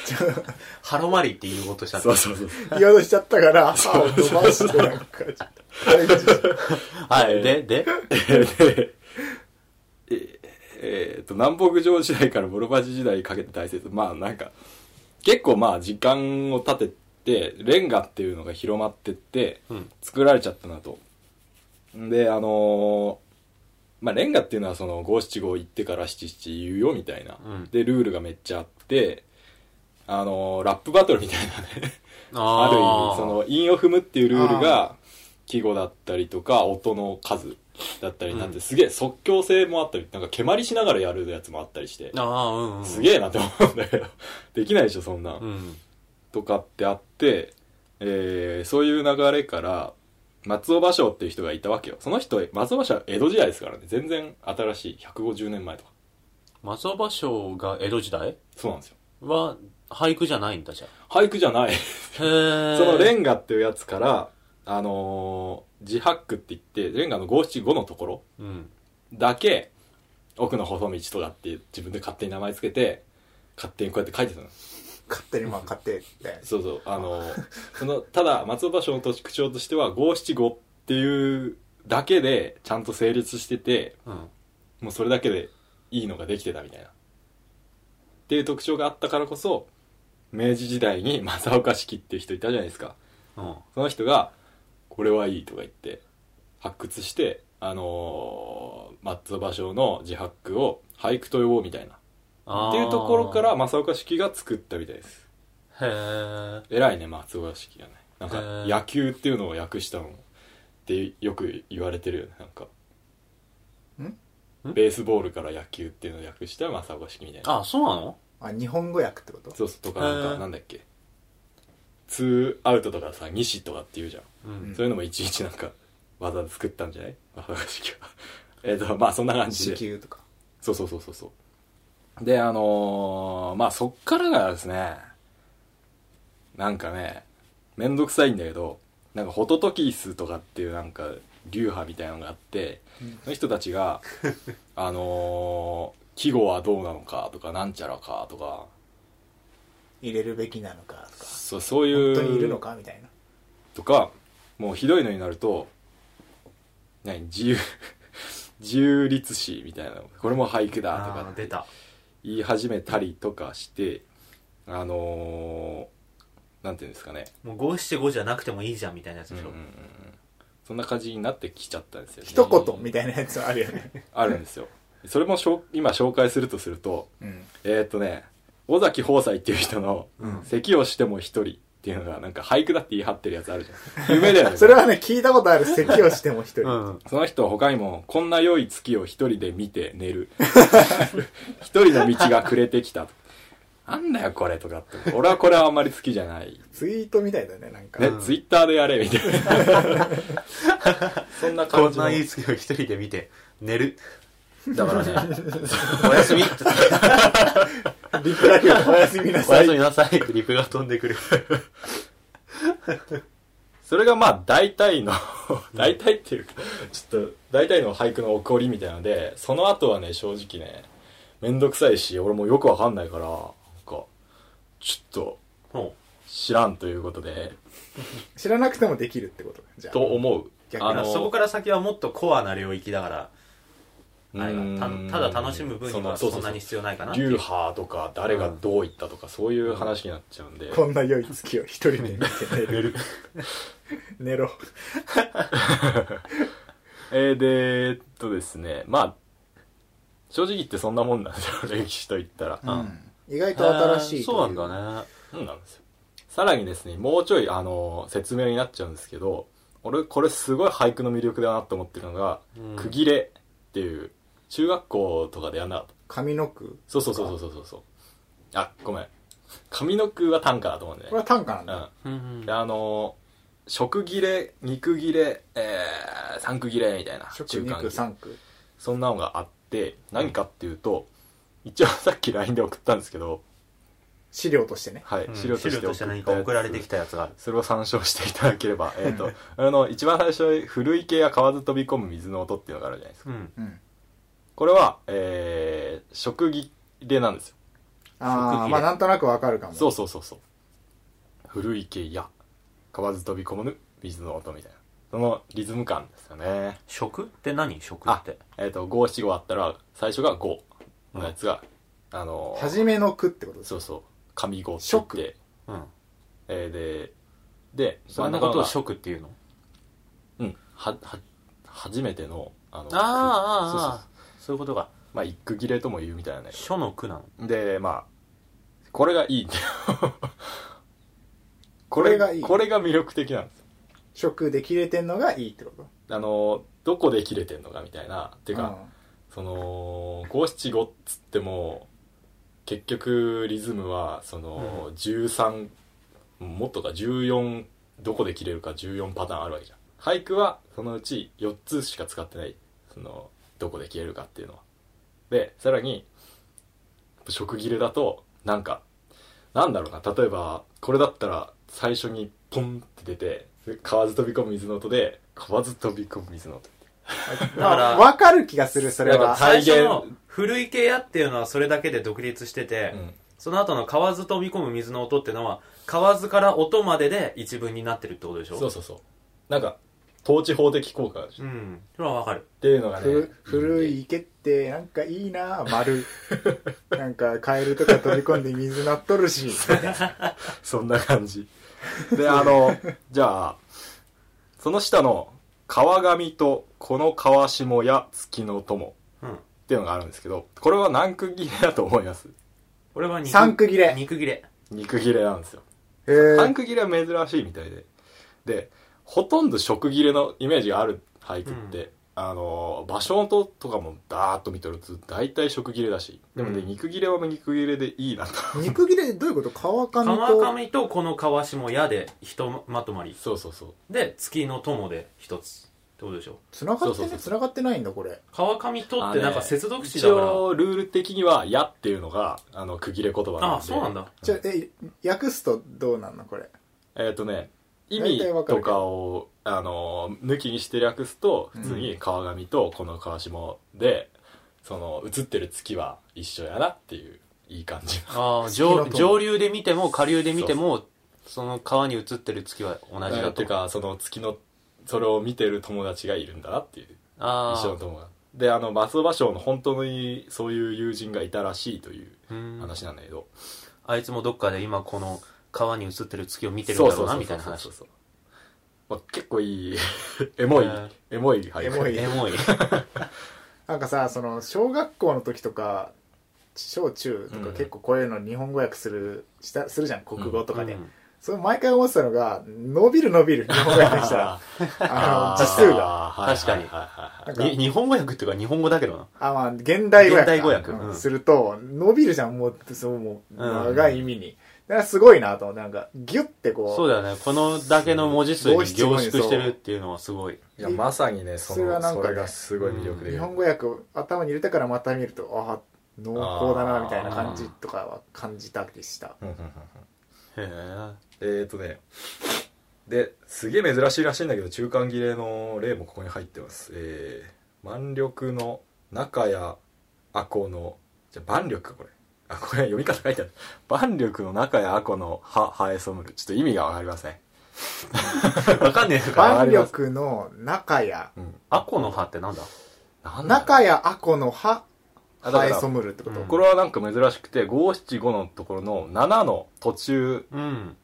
B: ハロマリって言おうとしたんだ
A: そうそうそう
C: 言おうとしちゃったから、あーマジでなんか、
B: はい。で、で、
A: えーでええーっと南北朝時代から室町時代にかけて大切まあなんか結構まあ時間を経てってレンガっていうのが広まってって
B: うん。
A: 作られちゃったなとであのーまあレンガっていうのはその五七五言ってから七七言うよみたいな、
B: うん
A: でルールがめっちゃあってあのーラップバトルみたいなねある意
B: あ
A: 味その韻を踏むっていうルールが季語だったりとか音の数だったりになって、
B: うん
A: すげえ即興性もあったりなんか蹴まりしながらやるやつもあったりして、
B: ああー、うん、うん。
A: すげえなって思うんだけど できないでしょそんなん、
B: うん。
A: とかってあって、えーそういう流れから松尾芭蕉っていう人がいたわけよその人松尾芭蕉は江戸時代ですからね全然新しい150年前とか
B: 松尾芭蕉が江戸時代
A: そうなんですよ
B: は俳句じゃないんだじゃ
A: 俳句じゃない
B: あ。へえ。
A: そのレ
B: ン
A: ンガっていうやつからあのー、自白句って言ってレンガの五七五のところ
B: うん。
A: だけ奥の細道とかって自分で勝手に名前つけて勝手にこうやって書いてたの
C: 勝手にまあ勝手って。
A: そうそうあのそのただ松尾芭蕉の特徴としては五七五っていうだけでちゃんと成立してて
B: うん。
A: もうそれだけでいいのができてたみたいなっていう特徴があったからこそ明治時代に正岡式っていう人いたじゃないですか
B: うん。
A: その人が「これはいい」とか言って発掘してあのー松尾芭蕉の自白句を俳句と呼ぼうみたいな
B: あー
A: っていうところから正岡式が作ったみたいです
B: へ
A: 偉いね松岡式がねなん
B: へ
A: か
B: ー
A: 野球っていうのを訳したのってよく言われてるよねなんか
B: ん
A: ベースボールから野球っていうのを訳した正岡式みたいな
B: あそうなの
C: あ、日本語訳ってこと
A: そうそうとかなん
B: へ
A: か
B: ー
A: なんだっけツーアウトとかさ西とかって言うじゃん、
B: う
C: うんん
A: そういうのもいちいちなんか技で作ったんじゃない正岡式は えっとまあそんな感じ
C: 地
A: で
C: 球とか。
A: そうそうそうそうそうであのーまあそっからがですねなんかねめんどくさいんだけどなんかホトトキスとかっていうなんか流派みたいなのがあって
C: うん
A: その人たち があのー季語はどうなのかとかなんちゃらかとか
C: 入れるべきなのかとか。
A: そうそういう
C: 本当にいるのかみたいな。
A: とかもうひどいのになると何自由 自由律詩みたいなこれも俳句だとか
B: あー出た
A: 言い始めたりとかしてあのー、なんていうんですかね、
B: もう五七五じゃなくてもいいじゃんみたいなやつ
A: うん
B: で
A: う
B: し
A: んう
B: ょ、
A: んうんそんな感じになってきちゃったんですよね
C: 一言みたいなやつあるよね。
A: あるんですよそれもしょ今紹介するとすると、
C: うん。
A: えーっとね、尾崎豊斎っていう人の、
B: うん
A: 咳をしても一人っていうのが、なんか俳句だって言い張ってるやつあるじゃん。夢だよね。
C: それはね、聞いたことある咳をしても一人。
B: うん。
A: その人は他にも、こんな良い月を一人で見て寝 る。一人の道が暮れてきた。なんだよこれとかって。俺はこれはあんまり好きじゃない。
C: ツイートみたいだね、なんか。
A: ね、
B: うん
A: ツイッターでやれみたいな。 そんな
B: こ
A: 感
B: ん
A: じの
B: ないい月を一人で見て、寝る。
A: だからね、
B: おやすみって、
C: リプライブおやすみな
B: お
C: さ
B: や
C: い
B: す。みなさいってリプが飛んでくる。
A: それがまあ大体の、大体っていうか、ちょっと大体の俳句の起こりみたいなので、その後はね、正直ね、めんどくさいし、俺もよくわかんないから、なんか、ちょっと
B: ほ
A: 知らんということで、
C: 知らなくてもできるってことじゃ
A: と思う。
C: 逆に
B: う
A: あ
B: だから
A: の
B: そこから先はもっとコアな領域だから、
A: う
B: あれ
A: ー
B: が
A: ん
B: たただ楽しむ分には
A: そう
B: そ
A: そうんそ
B: な
A: う
B: に必要ないかなってい
A: 流
B: う。
A: 派とか誰がどう言ったとか、そういう話になっちゃうんで、
C: あ。こんな良い月を一人で見て寝る。
B: 寝る。
C: 寝ろ。
A: えー、でえっとですねまあ正直言ってそんなもんなんですよ歴史と言ったら、
C: うん意外と新しい。
B: そうなん。だね。
A: そうなんですよさらにですねもうちょいあの説明になっちゃうんですけど俺これすごい俳句の魅力だなと思ってるのが、
B: うん
A: 区切れっていう中学校とかでやんなかった
C: 上の句。
A: そうそうそうそうそうそうあごめん上の句は短歌だと思うんだ
C: これ
A: よね
C: は短歌なん
A: う
C: だ。
A: ん
B: うん
A: であの食切れ肉切れ、えー、三句切れみたいな
C: 食、
A: 間切
C: 肉、
A: れ
C: 三句。
A: そんなのがあって、何かっていうと、一応さっき LINE で送ったんですけど、
C: 資料としてね。
A: はい、
B: うん
A: 資料として
B: 資
A: 送
B: 料
A: った
B: 何か送られてき
A: た。
B: たやつがある。
A: それを参照していただければ、えっ、と、あの、一番最初に、古い系が川ず飛び込む水の音っていうのがあるじゃないですか。
B: うん。
C: うん。
A: これは、えー、食切れなんですよ。
C: ああ、
B: 食器
C: まあなんとなくわかるかも。
A: そうそうそうそう。古い系や、川ず飛び込む水の音みたいな。そのリズム感ですよね。
B: 食って何食っ
A: あ
B: て。、
A: えっ、と、五七五あったら、最初が五のやつが、あのー
C: 初めの句ってことです。
A: そうそう上五
C: ショッ
A: って言っ
C: ク
A: て、
B: うん。
A: えーでで
B: そんなこと
A: 真
B: を
A: ん中
B: 食っていうの
A: がうんはは初めてのあのそうそうそう
B: ああ。そういうことが。
A: まあ一句切れとも言うみたいなね
B: 書の句なの。
A: でまあこれがいいんだよこ
C: これがいい
A: これが魅力的なんですよ
C: 食で切れてんのがいいってこと
A: あのどこで切れてんのかみたいなっていうか、
C: うん
A: その五七五っつっても結局リズムはその、13もっとか14どこで切れるか14パターンあるわけじゃん俳句はそのうち4つしか使ってないそのどこで切れるかっていうのはでさらに食切れだとなんかなんだろうな例えばこれだったら最初にポンって出てそれ蛙飛び込む水の音で蛙飛び込む水の音
B: だから
C: わかる気がする、そ
A: な
C: れ
A: ん
C: は
A: か。再
B: 最
A: 現
B: 初の古い系やっていうのはそれだけで独立してて、
A: うん
B: その後の河津飛び込む水の音ってのは、河津から音までで一文になってるってことでしょ
A: そうそうそうなんか統治法的効果があるじゃん
B: うん。それはわかる。
A: っていうのがね
C: ふ古い池ってなんかい いな丸なんかカエルとか飛び込んで水なっとるし
A: そんな感じであの じゃあその下の「川上とこの川下や月の友」
B: うん。
A: っていうのがあるんですけどこれは何区切れだと思います
B: 俺は肉
C: 三区切れ
B: 肉切れ。
A: 肉切れなんですよ
C: へー
A: 三区切れは珍しいみたいででほとんど食切れのイメージがある俳句って、あの場所のととかもダーッと見とると大体食切れだしでもね、
B: うん
A: 肉切れは肉切れでいいなと
C: 肉切れどういうこと川上と
B: 川上とこの川下矢でひとまとまり。
A: そうそうそう
B: で、月の友で一つ。ってことでしょ
C: 繋がって
A: そうそう
C: ね
A: そう
C: 繋がってないんだこれ
B: 川上と
A: あ
B: って
A: ね
B: なんか接続詞
A: 一
B: だから。
A: 応ルール的には「や」っていうのがあの区切れ言葉なんで
B: あ、そうなんだ。
C: じゃえ訳すとどうなんのこれ
A: えっ、とね意
C: 大
A: 味
C: 体わかる
A: と
C: けど
A: かをあの抜きにして略すと普通に川上とこの川下で、その映ってる月は一緒やなっていういい感じの
B: ああ、
C: 月の
B: 上上
C: 友
B: 流で見ても下流で見ても、その川に映ってる月は同じ
A: だ
B: だ
A: って
B: と
A: いう。かその月のそれを見てる友達がいるんだなっていう
B: ああ。
A: 一緒の友達であの松尾芭蕉の本当にそういう友人がいたらしいという
B: うん
A: 話なんだけど、
B: あいつもどっかで今この川に映ってる月を見てるんだろうなみたいな話
A: そうそうそうそうまあ、結構いい エモい、
B: えー
A: エモい俳
C: エモい
B: エモい
C: なんかさその小学校の時とか小中と
A: う
C: か
A: ん
C: 結構こういうの日本語訳するしたするじゃん国語とかで、
B: うん
C: それ毎回思ってたのが伸びる伸びる日本語訳でし たらあの字数が
A: あー
B: 確かに
A: はいはいはい
C: なん
A: はい
C: か
B: に日本語訳っていうか日本語だけどな
C: あまあ現代語訳か
B: 現代語訳
C: うん
B: うん
C: すると伸びるじゃんもうそうもう
B: うん
C: 長い意味に、だからすごいなと思ってなんかギュッてこう
B: そうだよねこのだけの文字数に
C: 五
B: 凝
C: 七五
B: 縮
C: にそう
B: してるっていうのはす ごい
A: いやまさにねそ
C: それは
A: の
C: なんか
A: そ
C: ね
A: れがすごい魅力で
C: 日本語訳を頭に入れてからまた見るとああ濃厚だなみたいな感じとかは感じたでした
A: うんうんうんうん
B: へえ
A: えーとねですげえ珍しいらしいんだけど中間切れの例もここに入ってますえー、万緑の中やあこのじゃあ万緑かこれあこれ読み方書いてある万緑の中やあこの葉生えそむるちょっと意味がわかりません
B: わかんねえか
C: 万緑の中や
A: うん
B: アコの葉ってなんだ
A: なんだ
C: 中やあこの葉
A: あだか
C: 生
A: ら
C: えそむるってこと、
B: うん
A: これはなんか珍しくて五七五のところの7の途中
B: うん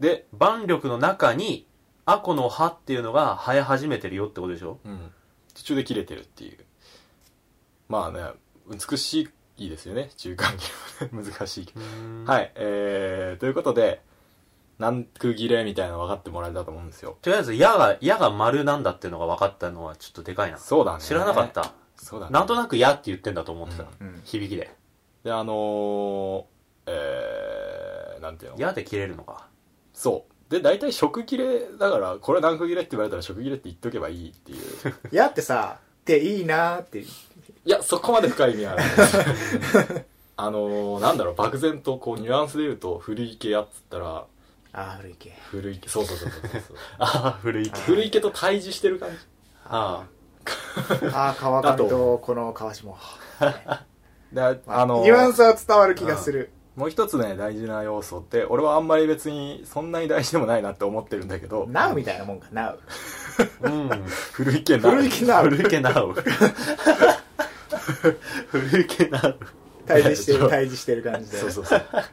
A: で、
B: 万緑の中にアコの葉っていうのが生え始めてるよってことでしょ
A: うん、途中で切れてるっていうまあね美しいですよね中間切れはね 難しいけど
B: い
A: はい、えー、ということで、何区切れみたいなの分かってもらえたと思うんですよ。
B: とりあえず矢が矢が丸なんだっていうのが分かったのはちょっとでかいな
A: そうだね。
B: 知らなかっ。た
A: そうだね。
B: なんとなく矢って言ってんだと思ってた
A: うん
C: うん
B: 響きで
A: で、あのー、えー、なんていうの
B: 矢で切れるのか
A: そう。で、大体食切れだから、これ何区切れって言われたら食切れって言っとけばいいっていう。
C: やってさっていいなーって
A: いや、そこまで深い意味はない。 あのー、なんだろう、漠然とこう、ニュアンスで言うと、古池屋っつったら、
C: ああ古いけ
A: 古池、そうそうそうそうそう。
B: ああ古い
A: 古池と対峙してる感じ。
B: あ
C: ああ川上とこの川下
A: で、あのー
C: ニュアンスは伝わる気がする
A: もう一つね大事な要素って俺はあんまり別にそんなに大事でもないなって思ってるんだけど
C: なうみたいなもんかなう
B: あうん
A: 古いけんな
C: 古いけなう
B: 古いけな う古いけなう
C: 対峙 してる対峙してる感じで
A: そうそうそうだか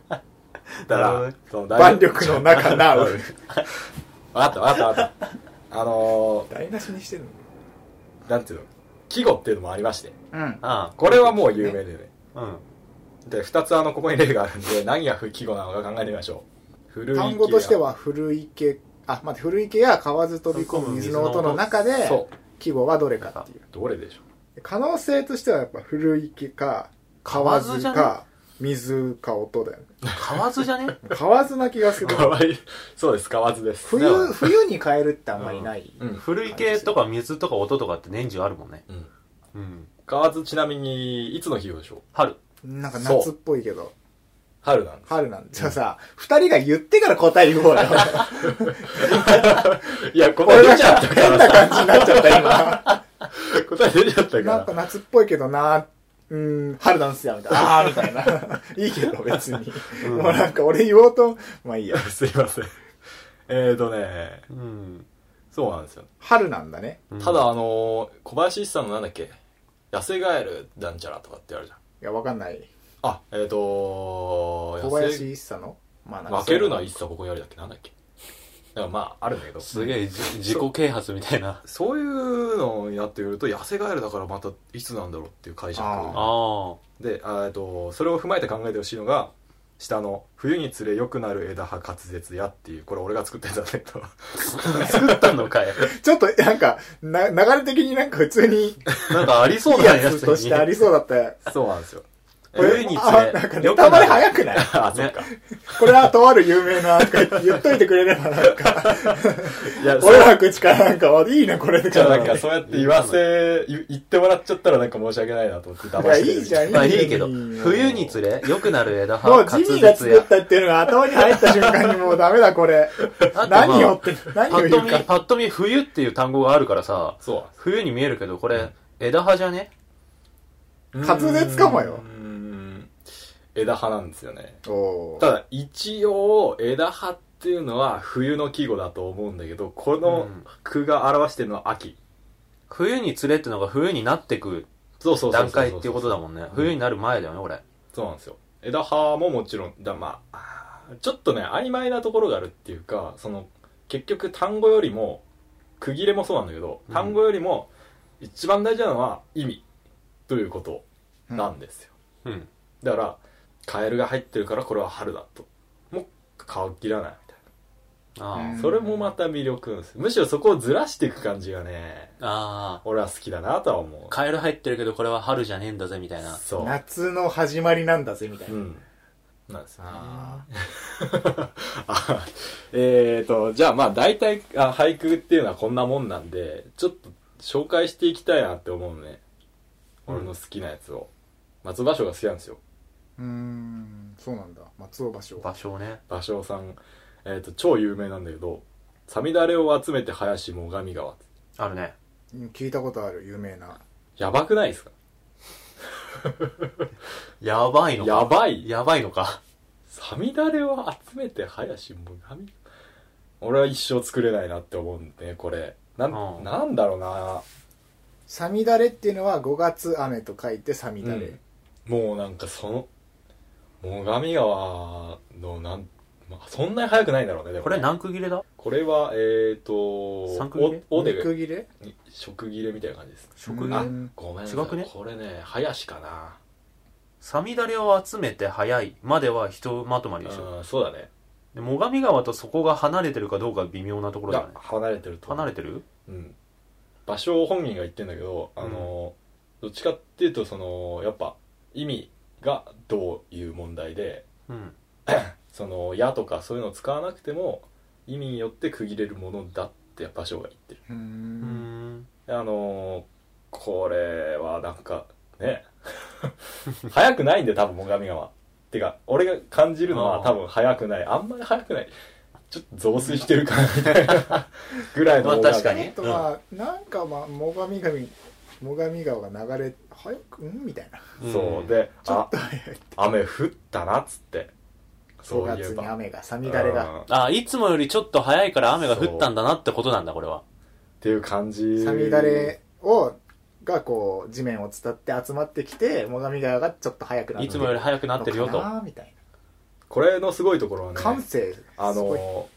B: なるほど
A: ら
B: ね
A: その
C: 万緑の中なう
A: 分かった分かった分かったあの
C: 台無しにしてる
A: ー、なんていうの季語っていうのもありまして
C: のうん
B: あ
A: これはもう有名でね
B: あうん
A: で2つあのここに例があるんで何が季語なのか考えてみましょう古池や
C: 単語としては古池あ待って古池や河津飛び込む水の音の中で
A: そう
C: 季語はどれかっていう
A: どれでしょ
C: 可能性としてはやっぱ古池か河
B: 河津
C: 津
B: じゃね
C: か水か音だよね
B: 河津じゃ ね
C: 河津な気がす
A: う
C: る
A: かわいいそうです河津です
B: だよ
C: 冬
B: ね
C: 冬に変えるってあんまりない、
A: うん
B: 古い系とか水とか音とかって年中あるもんね
A: うん
B: うん
A: 河津ちなみにいつの季語でしょう
B: 春
C: なんか夏っぽいけど
A: 春なんです
C: 春なんじゃあさ二人が言ってから答え言お うよ
A: いや、答え
C: 俺
A: 出
C: なん
A: ちゃ
C: か
A: った
C: 変
A: か
C: な
A: ら
C: 感じになっちゃった今
A: さ、答え出ちゃったか
C: なん
A: ら
C: か。夏っぽいけどなうーん春なんすよみたいなああーみたいな いいけど別に、もうなんか俺言おうとまあいいや
A: すいません。えーとね、
B: うん
A: そうなんですよ。
C: 春なんだね
B: うん
A: ただ、あのー、小林一さんのなんだっけ、野生ガエルなんちゃらとかってあるじゃん。
C: いやわかんない
A: あ、えーと
C: 小
A: 野生
C: 林一茶のまあなんか
A: 負けるな一さここやるだっけなんだっけだからまあ、あるんだけど。
B: すげえじ自己啓発みたいな
A: そういうのになってくると、野生ガエルだからまたいつなんだろうっていう解釈。
C: あ
B: あ
A: で、あーえーと、それを踏まえて考えてほしいのが、下の、冬につれ良くなる枝葉滑舌やっていう、これ俺が作ったやつなんだけど。
B: あ作ったのかい
C: ちょっとなんかな流れ的になんか普通にい
B: なんかありそう
C: い
B: な
C: や
B: や
C: つ
B: つ
C: としてありそうだったよ
A: そうなんですよ。
C: これ
B: 冬につ
C: あ
B: れ
C: なんかネ
B: よく
C: タバレ
B: なる
C: 早くない
A: あ、そ
B: ね
A: っか。
C: これはとある有名なとか言っといてくれればなんか
A: い や、
C: 俺らの口からなんかいいねこれと
A: じゃ
C: か
A: あなんかそうやって言わせ、言言ってもらっちゃったらなんか申し訳ないなと思って
C: いや
A: 騙し
C: い
A: て
C: いじゃんいい
B: まあ
C: じゃん
B: いいけど冬につれ良くなる枝葉
C: もう
B: 滑
C: ジミーが
B: 舌
C: 作
B: や
C: ったっていうのが頭に入った瞬間にもうダメだこれ
B: あとまあ
C: 何をって何
B: パ
C: を
B: ッと
C: 言う
B: 見
C: か
B: パッと見冬っていう単語があるからさ
A: そ
B: 冬に見えるけどこれ枝葉じゃね
A: う。
C: 滑舌かも
A: う
C: よ
A: ーん。枝葉なんですよね。
C: おー
A: ただ、一応、枝葉っていうのは冬の季語だと思うんだけど、この
B: うん
A: 句が表してるのは秋。
B: 冬につれってのが冬になってく
A: そうそうそうそう。
B: 段階っていうことだもんね冬になる前だよねこれ
A: そうなんですよ。枝葉ももちろん、だまあ、あーちょっとね、曖昧なところがあるっていうか、その、結局単語よりも、区切れもそうなんだけど、単語よりも、一番大事なのは意味。ということなんですよ、
B: うん。
A: だからカエルが入ってるからこれは春だともう乾きらないみたい
B: あ
C: う
B: ー
C: ん
A: なそれもまた魅力なんですむしろそこをずらしていく感じがね
B: あ
A: 俺は好きだなとは思う
B: ー。カエル入ってるけど、これは春じゃねえんだぜ、みたいな。
A: そう
C: 夏の始まりなんだぜみたいうな、
A: んなんですよね
C: あ
A: あえーと、じゃあまあ大体あ俳句っていうのはこんなもんなんで、ちょっと紹介していきたいなって思うね。俺の好きなやつを。松葉賞が好きなんですよ。
C: ーうーんそうなんだ松尾芭蕉
B: 場所をね。
A: 芭蕉さん。えーと、超有名なんだけど、サミダレを集めて林最上川。
B: あるね。
C: うん聞いたことある有名な
A: やばくないですか
B: やばいのか。
A: やばい。
B: やばいのか。
A: サミダレを集めて林最上俺は一生作れないなって思うんでね、これ。なん、
B: うん
A: なんだろうな
C: 「さみだれ」っていうのは5月雨と書いて「さみだれ」
A: もうなんかその最上川のなん、まあ、そんなに速くないんだろうねでもね
B: これ何区切れだ
A: これはえーと
B: 三区切れ
A: おおで
C: 肉切れ
A: 食切れみたいな感じです
B: 食
A: あ
B: 芸
C: うん
A: ごめんな
B: 違くね
A: これね林かな
B: サミダレを集めて早いまではひとまとまりでしょ。
A: うんそうだね
B: で最上川とそこが離れてるかどうか微妙なところだね
A: が。離れてると
B: 離れてる
A: うん場所を本人が言ってんだけどあの、どっちかっていうとそのやっぱ意味がどういう問題で
B: うん。
A: その「矢」とかそういうのを使わなくても意味によって区切れるものだって場所が言ってる
C: うー
B: うんん。
A: あのーこれはなんかね 早くないんで多分最上川てか俺が感じるの
B: あ
A: は
B: ー
A: 多分早くないあんまり早くないちょっと増水してるかなみたいなぐらいの
B: まあ確
A: 最
B: か
A: 上
B: に
C: あとは、なんかまあ最上神最上川が流れ早くんみたいな
A: そうで
C: ちょ
A: あ
C: っと早い
A: 雨降ったなっつってそう
C: 5
A: いえ
C: 月に
A: ば
C: 雨がさみだれ
A: うん
C: が
A: っ
B: あ、いつもよりちょっと早いから雨が降ったんだなってことなんだ、これは。
A: ていう感じ
C: さみだれをがこう地面を伝って集まってきて最上川がちょっと早くなって
B: いつもより早くなってるよ
C: の
B: と
C: か。なみたい
A: これのすごいところは
C: な
A: ね
C: 感性す
A: あ
C: ごい
A: の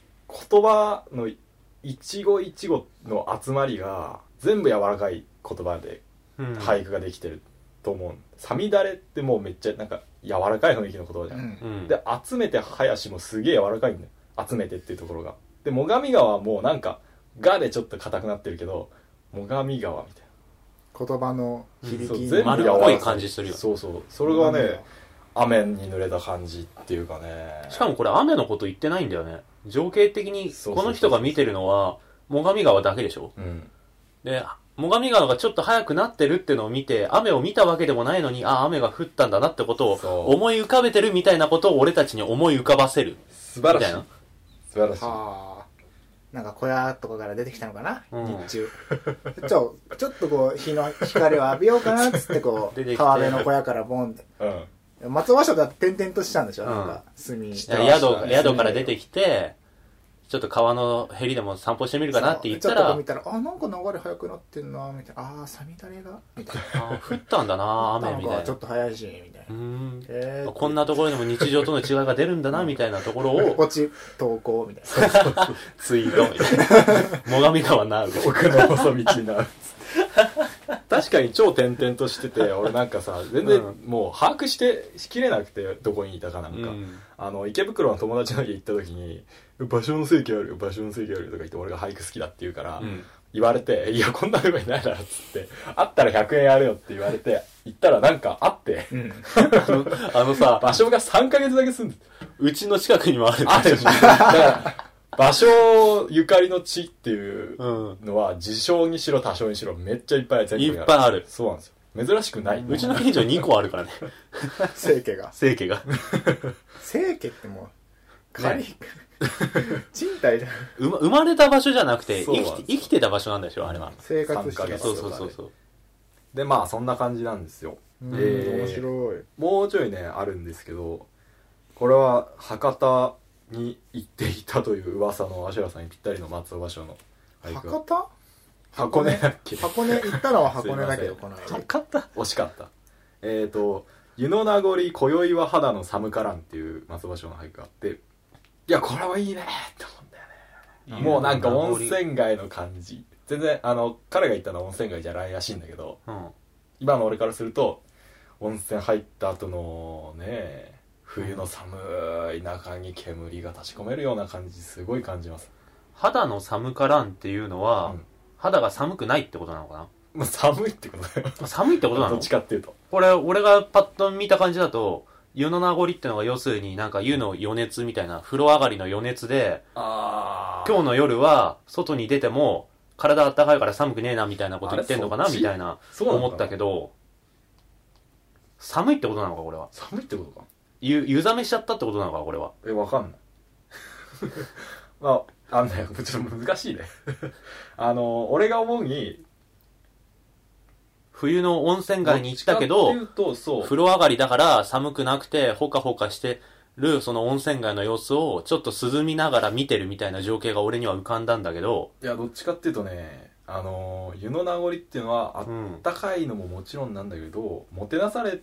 A: 言葉の一語一語の集まりが全部柔らかい言葉で
B: うん。
A: 俳句ができてると思うさみだれってもうめっちゃなんか柔らかい雰囲気の言葉じゃ、
C: うんん
B: うん。
A: で集めて林もすげえ柔らかいんだよ集めてっていうところがで最上川はもうなんか「が」でちょっと硬くなってるけど最上川みたい
C: 言葉の響
A: な
C: き
A: そう
C: に
A: 全部
B: 丸っこい
A: 柔らか
B: 感じするよね
A: そうそうそれがね雨に濡れた感じっていうかね
B: しかもこれ雨のこと言ってないんだよね。情景的
A: そうそ
B: に、
A: うそう
B: この人が見てるのは、最上川だけでしょ
A: うん
B: で、最上川がちょっと早くなってるってのを見て、雨を見たわけでもないのに、あ、雨が降ったんだなってこと
A: そう
B: を思い浮かべてるみたいなことを俺たちに思い浮かばせる。
A: 素晴
B: み
A: ら
B: た
A: し
B: い
A: い
B: な。
A: 素晴らしい
C: はあなんか小屋とかから出てきたのかな、
B: うん
C: 日中ちょちょっとこう日の光を浴びようかなっつってこ
B: 出て
C: う
B: きて
C: 川辺の小屋からボンって
A: うん
C: 松尾芭蕉だって転々としたんでしょ、
B: うん
C: なんか炭に
A: し
B: 宿
A: てましたね
B: 宿から出てきて、ちょっと川のへりでも散歩してみるかなって言った
C: ちょっとこ
B: ら
C: う見、たらあなんか流れ早くなってんなみたいなああサミダレがみたい
B: あ降ったんだな、
C: な
B: 雨みた
C: ないんかちょ
B: な
C: っ。と早いしみたいうな、
B: ん
C: えー、
B: こんなところにも日常との違いが出るんだな、みたいなところ を、
C: ポチ投稿みたいな
B: ツイートみたいな。最上川なう。
A: 奥の細道になる確かに超転々としてて俺なんかさ全然
B: うん
A: もう把握してしきれなくてどこにいたかなんか、
B: うん
A: あの池袋の友達の家行った時に「場所の正規あるよ場所の正規あるよ」とか言って俺が俳句好きだって言うから、
B: うん
A: 言われて「いやこんなとこにないだろ」っつって「あったら100円やるよ」って言われて行ったらなんかあって
C: うん
B: あのあのさ、
A: 場所が3ヶ月だけ住んでて
B: うちの近くにもある。
A: ある しだから場所ゆかりの地っていう
B: うん。
A: のは事象にしろ多少にしろめっちゃいっぱい全国に
B: いっぱいある
A: そうなんですよ珍しくない、
B: うちの近所に2個あるからね。
C: 清家が
B: 清家が。
C: 清家ってもう仮、 賃貸じゃん
B: うま生まれた場所じゃなくて、
A: そう
B: 生
A: なん
B: き
A: です
B: て生きてた場所なんでしょ、あれは。
C: 生活し
A: 三
C: て
A: ヶ
C: た
A: 月
B: そうそうそうそう。
A: でまあそんな感じなんですよ
C: うん
A: えー
C: 面白い
A: もうちょいねあるんですけどこれは博多に行っていたという噂のアシュラさんにぴったりの松尾芭蕉の俳句
C: 博多
A: 箱根だっけ
C: 箱根行ったのは箱根だけど
A: すい
C: この間
B: 博多
A: 惜しかったえっ、ー、と「湯の名残今宵は肌の寒からん」っていう松尾芭蕉の俳句があっていやこれはいいねって思うんだよねもうなんか温。泉街の感じ全然あの彼が言ったのは温泉街じゃないらしいんだけど
B: うん。
A: 今の俺からすると温泉入った後のね冬の寒い中に煙が立ち込めるような感じすごい感じます
B: 肌の寒からんっていうのは、
A: うん
B: 肌が寒くないってことなのかな
A: まあ寒いってことだよ
B: まあ寒いってことな
A: ど
B: の
A: っちかっていうと
B: これ俺がパッと見た感じだと湯の名残ってのが要するになんか湯の余熱みたいな風呂上がりの余熱で
A: あ
B: 今日の夜は外に出ても体あったかいから寒くねえなみたいなこと言ってんのか
A: あ
B: な
A: れそっ
B: み
A: ち
B: たいな
A: そうなの
B: 思
A: かな
B: ったけど寒いってことなのかこれは
A: 寒いってことか
B: 湯湯冷めしちゃったってことなのかこれは
A: えわかんない まああんだよ ちょっと難しいねあの俺が思うに
B: 冬の温泉街に行ったけど
A: どっちかっていうとそう
B: 風呂上がりだから寒くなくてほかほかしてるその温泉街の様子をちょっと涼みながら見てるみたいな情景が俺には浮かんだんだけど
A: いやどっちかっていうとねあの湯の名残っていうのはあっ
B: うん
A: たかいのももちろんなんだけどもてなされ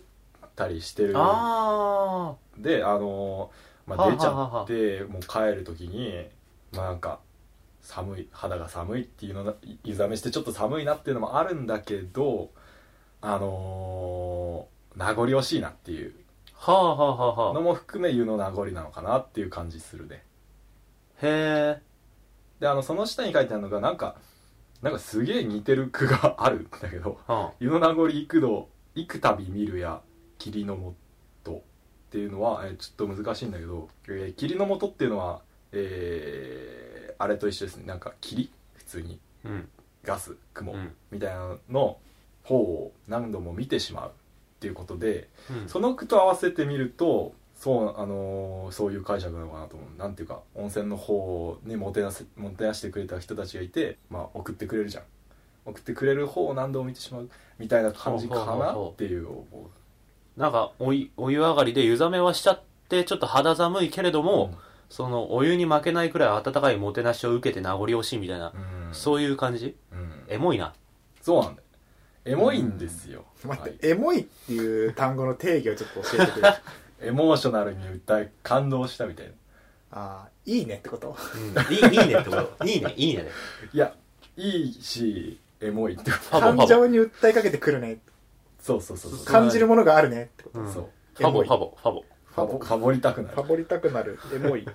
A: たりしてる
B: ああ
A: であの、ま
B: は
A: あ、
B: あ
A: 出ちゃってもう帰る時にまあなんか寒い肌が寒いっていうのない湯冷めしてちょっと寒いなっていうのもあるんだけどあのー名残惜しいなっていう
B: はあはあはあ
A: の
B: はあ
A: も含め湯の名残なのかなっていう感じするね
B: へえ
A: であのその下に書いてあるのがなんかなんかすげえ似てる句があるんだけど
B: うん
A: 湯の名残幾度幾度見るや霧のもとっていうのは、えーちょっと難しいんだけど、えー霧のもとっていうのは、えーあれと一緒ですねなんか霧普通に
B: うん
A: ガス雲、
B: うん
A: みたいなのの方を何度も見てしまうっていうことで
B: うん
A: その句と合わせてみるとそう,、あのーそういう解釈なのかなと思うなんていうか温泉の方にもてなせもてなしてくれた人たちがいて、まあ、送ってくれるじゃん送ってくれる方を何度も見てしまうみたいな感じか
B: ほうほうほ
A: な
B: うほう
A: っていう思う
B: なんかおいお湯上がりで湯冷めはしちゃってちょっと肌寒いけれども、そのお湯に負けないくらい温かいもてなしを受けて名残惜しいみたいな、
A: うん
B: そういう感じ
A: うん、
B: エモいな
A: そうなんだよエモいんですよ、
C: 待って、
A: はい
C: エモいっていう単語の定義をちょっと教えてくれる
A: エモーショナルに歌い感動したみたいな
C: ああいいねってこと
B: いいいいねってこといいねいいねで
A: いやいいしエモいってこと
B: ファ
C: 感
B: ボファ
C: 情に訴えかけてくるね
A: そうそうそうそう
C: 感じるものがあるねってこと
B: ボ、うん、
A: そ
B: フ
A: う
B: ァボ
C: エモい
B: ファボファボ
A: ファボファボりたくなる
C: ファボりたくなるエモい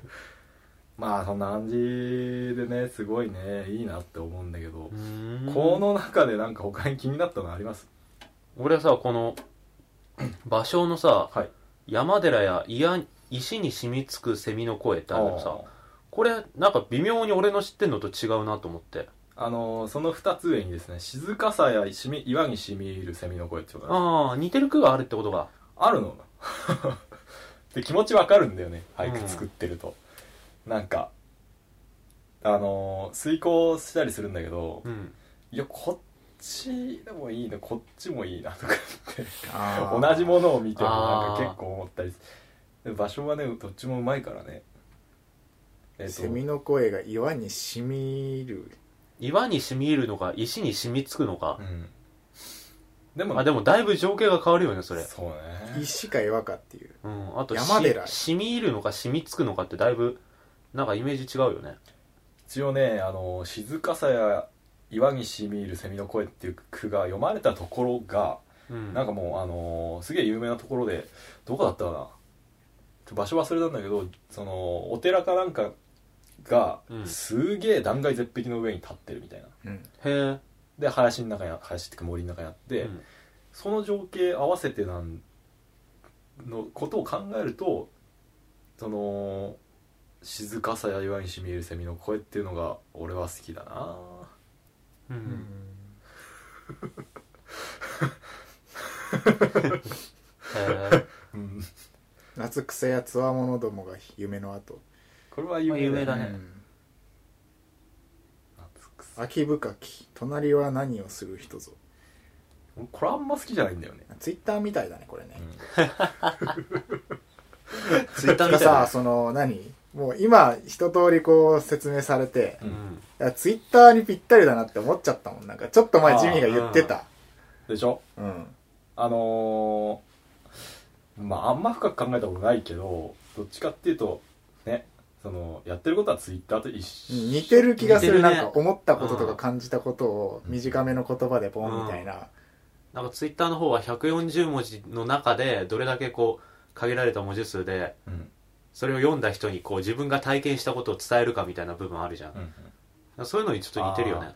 A: まあそんな感じでねすごいねいいなって思うんだけど、
B: うーん
A: この中でなんか他に気になったのあります
B: 俺はさこの芭蕉のさ
A: はい
B: 山寺やいや石に染みつく蝉の声ってあるけどさ
A: ー
B: これなんか微妙に俺の知ってんのと違うなと思って
A: あのーその2つ上にですね静かさやしみ岩にしみ入る蝉の声っていうのが
B: ああ似てる句があるってことが
A: あるの で気持ちわかるんだよね俳句作ってると、なんかあのー遂行したりするんだけど、
B: うん
A: いやこっちでもいいなこっちもいいなとかって
C: あー
A: 同じものを見てもなんか
B: あー
A: 結構思ったりする場所はねどっちもうまいからねえっ、
C: セミの声が岩に染みる
B: 岩に染み入るのか石に染みつくのか
A: う、んでも
B: あでもだいぶ情景が変わるよねそれ、
A: そうね
C: 石か岩かっていう
B: うん、あと
C: 山寺
B: し染み入るのか染みつくのかってだいぶなんかイメージ違うよね
A: 一応ねあの静かさや岩にしみ入る蝉の声っていう句が読まれたところが
B: うん
A: なんかもうあのーすげえ有名なところでどこだったかなちょ場所忘れたんだけどそのお寺かなんかが
B: うん
A: すげえ断崖絶壁の上に立ってるみたいな
C: うん
B: へ
A: で林の中にあ林っていうか森の中にあって、
B: え、うん
A: その情景合わせてなんのことを考えるとその静かさや岩にしみえるセミの声っていうのが俺は好きだな
B: う、
C: うんん
B: へえ
A: うん
C: 夏癖やつわものどもが夢の後
A: これは有名
B: 有名
A: だ
B: だ
A: ね
B: ね
C: うん
A: 夏草
C: 秋深き隣は何をする人ぞ
A: これあんま好きじゃないんだよね、
C: ツイッターみたいだねこれね、
B: ツイッター
C: が
B: みたい
C: さ
B: な
C: その何もう今一通りこう説明されて
A: う、
B: うんん
C: いやツイッターにぴったりだなって思っちゃったもんなんかちょっと前
A: あー
C: ジミーが言ってた
A: でしょ
C: うん
A: あのーまああんま深く考えたことないけどどっちかっていうとねそのやってることはツイッターと一緒
C: 似てる気がする
B: 似てる
C: なん
B: ね
C: か思ったことと
B: う
C: か
B: ん
C: 感じたことを短めの言葉でボンみたいな
B: なんかツイッターの方は140文字の中でどれだけこう限られた文字数で
A: うん
B: それを読んだ人にこう自分が体験したことを伝えるかみたいな部分あるじゃん、
A: うん
B: そういうのにちょっと似てるよね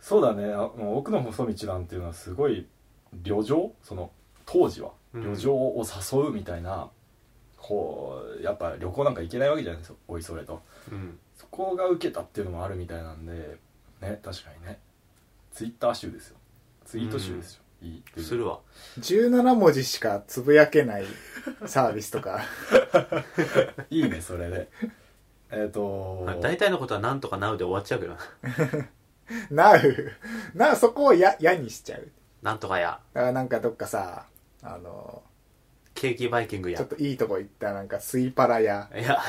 A: そうだねあもう奥の細道なんていうのはすごい旅情その当時は
B: うん
A: 旅情を誘うみたいな、こうやっぱ旅行なんか行けないわけじゃないですかおいそれと
B: うん
A: そこが受けたっていうのもあるみたいなんでね確かにねツイッター集ですよツイート集ですよ、いい
B: するわ
C: 17文字しかつぶやけないサービスとか
A: いいねそれ でえっと
B: あ大体のことはなんとかなうで終わっちゃうけどな
C: なうなそこをややにしちゃう
B: なんとかや
C: だからなんかどっかさあの
B: ケーキバイキング
C: ちょ
B: や
C: っといいとこ行ったらなんかスイパラや
B: いや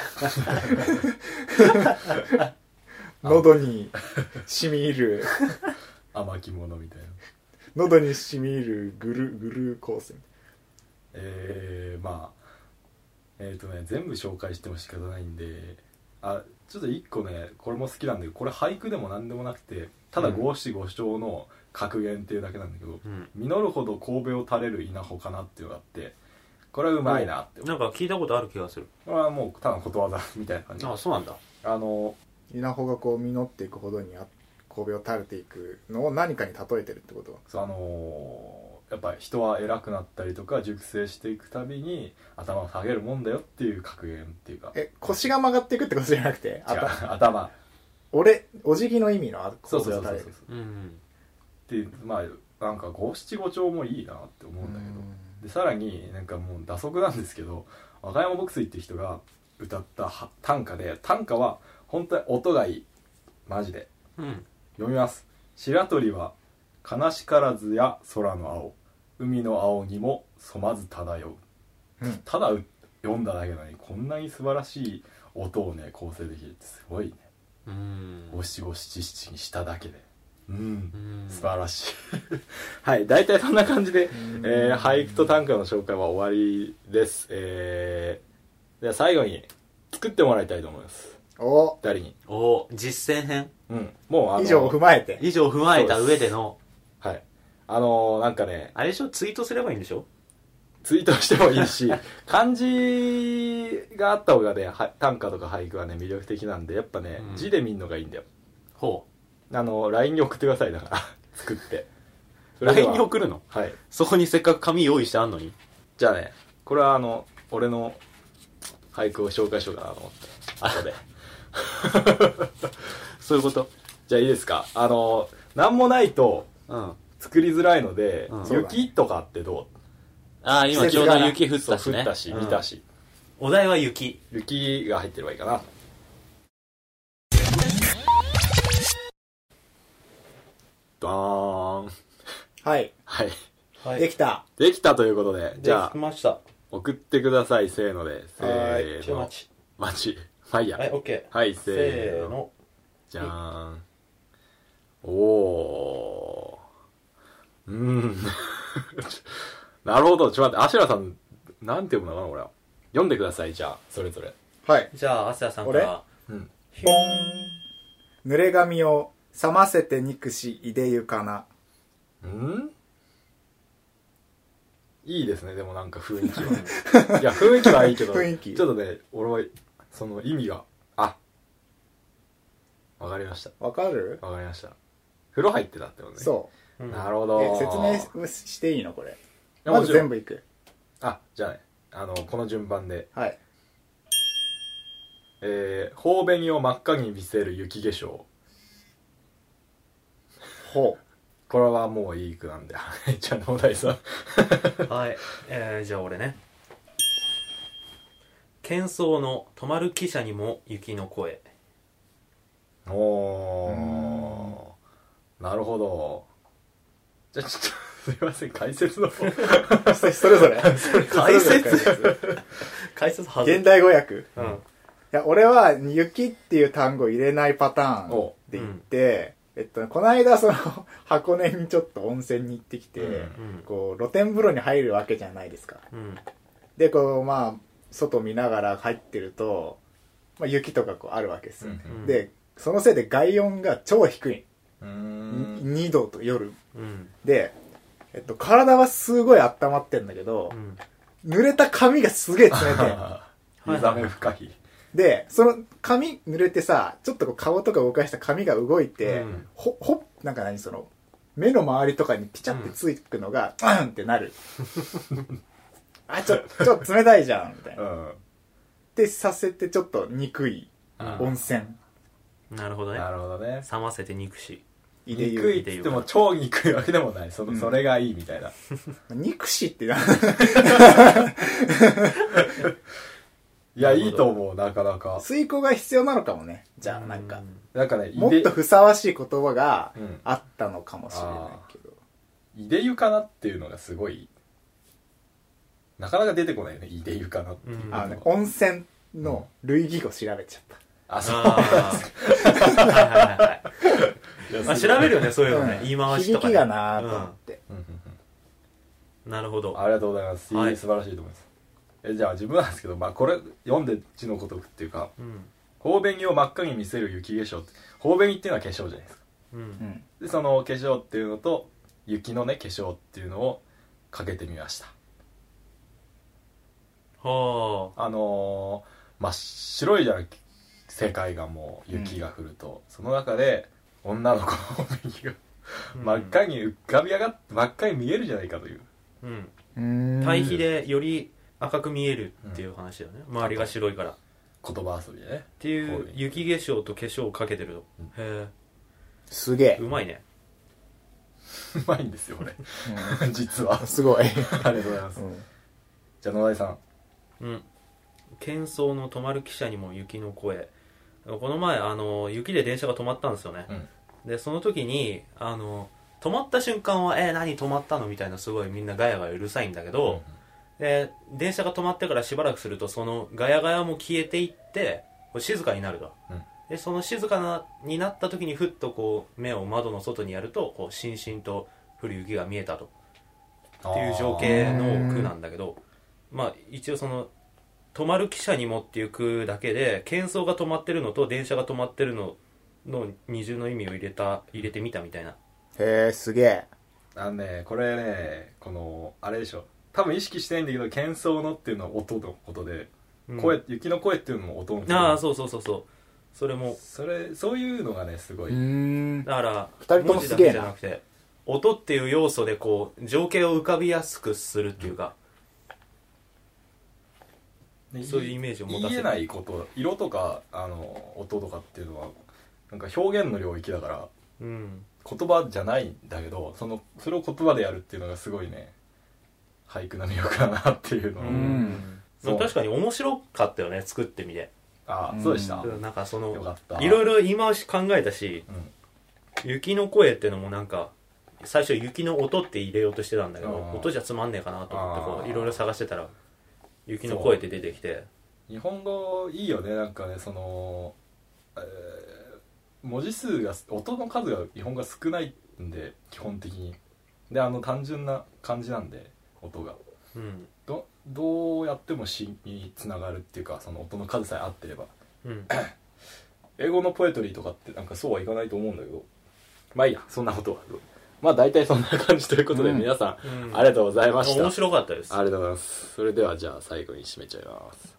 C: 喉に染み 入る
A: 甘きものみたいな
C: 喉に染み入るグルグルーコース
A: えー、まあえっ、とね全部紹介しても仕方ないんであちょっと一個ねこれも好きなんだけどこれ俳句でも何でもなくてただ五七五調の格言っていうだけなんだけど「
B: うん
A: 実るほど神戸を垂れる稲穂かな」っていうのがあってこれはうまいなって思
B: な
A: うん
B: か聞いたことある気がする
A: これはもうただのことわざみたいな感じ
B: あそうなんだ
A: あの
C: 稲穂がこう実っていくほどにあ神戸を垂れていくのを何かに例えてるってこと
A: そうあのーやっぱ人は偉くなったりとか熟成していくたびに頭を下げるもんだよっていう格言っていうか
C: え腰が曲がっていくってことじゃなくて
A: 違う
C: あた
A: 頭
C: 俺お辞儀の意味のあ
A: そう
C: 神
A: そう
C: 戸
A: そ
C: を
A: うそうそ
C: 垂れ
A: う
C: る
B: うん
A: でまあなんか五七五調もいいなって思うんだけどでさらになんかもう打足なんですけど和歌山牧水って人が歌ったは短歌で短歌は本当に音がいいマジで
B: うん
A: 読みます白鳥は悲しからずや空の青海の青にも染まず漂う、
C: うん
A: ただう読んだだけなのにこんなに素晴らしい音をね構成できるってすごいね
B: うん
A: 五七五七七にしただけでうん
B: うん
A: 素晴らしい はい大体そんな感じで、
C: うん
A: えー俳句と短歌の紹介は終わりですえー、では最後に作ってもらいたいと思います
C: お
A: 誰に
B: お実践編
A: うんもうあの
C: 以上を踏まえて
B: 以上踏まえた上での
A: はいあのーなんかね
B: あれでしょツイートすればいいんでしょ
A: ツイートしてもいい し漢字があった方がねは短歌とか俳句はね魅力的なんでやっぱね、
B: うん
A: 字で見るのがいいんだよ
B: ほ
A: あの LINE に送ってくださいだから作って
B: う
A: それでは
B: LINE に送るの
A: はい
B: そこにせっかく紙用意してあんのに
A: じゃあねこれはあの俺の俳句を紹介しようかなと思って後 で
B: そういうこと
A: じゃあいいですかあの何もないと
B: うんあ
A: 作りづらいので、
B: うん
A: 雪とかってどう
B: あ今
C: 季
B: ち
C: 節
B: ょう
C: 柄
B: ど雪降っ
A: そう
B: たしね
A: 降ったし
B: うん
A: 見たし、
B: お題は雪
A: 雪が入ってればいいかなドーン
C: はい
A: はい
B: は
C: できた
A: できたということでじゃあ
B: ました
A: 送ってくださいせーのでせーの
B: ち
A: 待ちファイヤー
B: オッケ
A: はいせーのじゃーんおーうーん なるほどちょっと待ってアシュラさんなんて読むのかな俺は読んでくださいじゃあそれぞれ
C: はい
B: じゃあアスヤさんから
A: うん
C: ポン濡れ髪を冷ませて憎しいでゆかな
A: うんいいですねでもなんか雰囲気 はいや雰囲気はいいけど
C: 雰囲気
A: ちょっとね俺はその意味があわかりまし
C: わかる
A: たわかりました風呂入ってたってことね
C: そう
A: なるほ
C: う
A: ど
C: え説明ししていいのこれ
A: や
C: ま
A: もち
C: ず
A: ろん
C: 全部いく
A: あじゃあねあのこの順番で
C: はい
A: えー、頬紅を真っ赤に見せる雪化粧
C: ほ
A: これはもういい句なんで はいじゃあ野田井さん
B: はい、えー、じゃあ俺ね喧騒の止まる汽車にも雪の声
A: おーなるほどじゃあちょっと すいません解説の方
C: うそそれぞれ
B: 解説
C: それぞれ解説
B: 解説は
C: 現代語訳
B: うん
C: いや俺は「雪」っていう単語入れないパターン
A: お
C: で言って、えっと、この間その箱根にちょっと温泉に行ってきて、
A: うん
B: うん
C: こう露天風呂に入るわけじゃないですか
B: うん
C: でこうまあ外見ながら入ってると、まあ、雪とかこうあるわけですよ、
A: うん
B: うん
C: でそのせいで外温が超低い、
A: うーん
C: 2度と夜
B: うん
C: でえっと、体はすごい温まってんだけど、濡れた髪がすげえ冷て え。
A: 目覚め不可避
C: で、その髪濡れてさ、ちょっとこう顔とか動かした髪が動いて、
D: うん
C: ほ、ほ、なんか何その、目の周りとかにピチャってついくのが、うんってなる。あ、ちょ、ちょっと冷たいじゃん、みたいな。
A: う
C: っ
A: ん
C: てさせてちょっと憎い温泉。
B: なるほどね
A: なるほどね
B: 冷ませて憎し
C: いで
A: 憎い
C: 言
A: って言っても超憎いわけでもないその、
C: うん
A: それがいいみたいな
C: う。憎しってな、
A: いや
B: なるほど
A: いいと思うなかな か
C: 水行が必要なのかもね。じゃあ、なんか。
A: なんかねい
C: もっ
A: で
C: とふさわしい言葉が
A: うん
C: あったのかもしれないけど。
A: いでゆかなっていうのがすごいなかなか出てこないよねいでゆかなっていう
B: うん
A: あ
C: あのね、温泉の類義語調べちゃった。
A: あそう
B: ああはいはいはいはい
A: いや
B: まあ、
A: す
B: 調
A: ごい
B: べるよねそういうの
C: う
B: ね
C: ん
B: 言い回しとか、
C: 響
B: ね、
C: きがなーと思って。
A: うんうん
B: うんなるほ
A: うん
B: ど
A: ありがとうございます、
B: はい
A: いい、素晴らしいと思いますえじゃあ自分なんですけど、まあ、これ読んで字のごとくっていうか
B: うん
A: 方便着を真っ赤に見せる雪化粧って方便着っていうのは化粧じゃないですか
B: う
C: うんん。
A: でその化粧っていうのと雪のね化粧っていうのをかけてみました
B: は
A: あのー、真っ白いじゃん世界がもう雪が降ると、その中で女の子の方面が
B: あ
A: 真っ赤に浮かび上がって真っ赤に見えるじゃないかという
B: うん
C: うん
B: 対比でより赤く見えるっていう話だよね、周りが白いからっ
A: 言葉遊びでね
B: ていう雪化粧と化粧をかけてるの、
A: うん
B: へ
C: すげ
B: えうまいね
A: うまいんですよ 俺
C: え、
A: 実は
C: すご
A: あ
C: い、
A: りがとうございます、じゃあ野田井さん
B: うん喧騒の止まる汽車にも雪の声この前あの雪で電車が止まったんですよね、
A: うん
B: でその時にあの止まった瞬間は「えー何止まったの?」みたいなすごいみんなガヤガヤうるさいんだけど、で電車が止まってからしばらくするとそのガヤガヤも消えていってこう静かになると、
A: うん
B: でその静かなになった時にふっとこう目を窓の外にやるとこうしんしんと降る雪が見えたとっていう情景の句なんだけどまあ一応その「止まる汽車にも」っていう句だけで喧騒が止まってるのと電車が止まってるのの二重の意味を入れた入れてみたみたいな
C: へえすげえ
A: あのねこれねこのあれでしょ多分意識してないんだけど喧騒のっていうのは音のことで、
B: うん
A: 声雪の声っていうのも音のこと
B: ああそうそうそうそうそれも
A: それそういうのがねすごい、
C: ん
B: だから
C: 二人とも
B: 文字
C: す
B: だ
C: げえ
B: け
C: な
B: じゃなくて音っていう要素でこう情景を浮かびやすくするっていうか、
A: ね
B: そういうイメージを持たせ
A: 言え
B: る
A: ないこと色とかあの音とかっていうのはなんか表現の領域だから
B: うん、
A: 言葉じゃないんだけどそのそれを言葉でやるっていうのがすごいね俳句の魅力だなっていうのを、
B: うん
A: そ
B: まあ
A: う
B: 確かに面白かったよね作ってみて
A: ああそうでした、
C: う
B: なんかそ
A: よか
B: の
A: った
B: いろいろ言い回し考えたし
A: うん
B: 雪の声っていうのもなんか最初雪の音って入れようとしてたんだけど
A: あー
B: 音じゃつまんねえかなと思ってこ
A: あ
B: う
A: ー
B: いろいろ探してたら雪の声って出てきて
A: 日本語いいよねなんかねその、えー文字数が音の数が日本語が少ないんで基本的にであの単純な感じなんで音が
B: うん
A: どどうやっても詩につながるっていうかその音の数さえ合ってれば
B: うん
A: 英語のポエトリーとかってなんかそうはいかないと思うんだけどまあいいやそんなことはまあ大体そんな感じということで、
C: うん
A: 皆さん、
B: うん
A: ありがとうございました
B: 面白かったです
A: ありがとうございますそれではじゃあ最後に締めちゃいます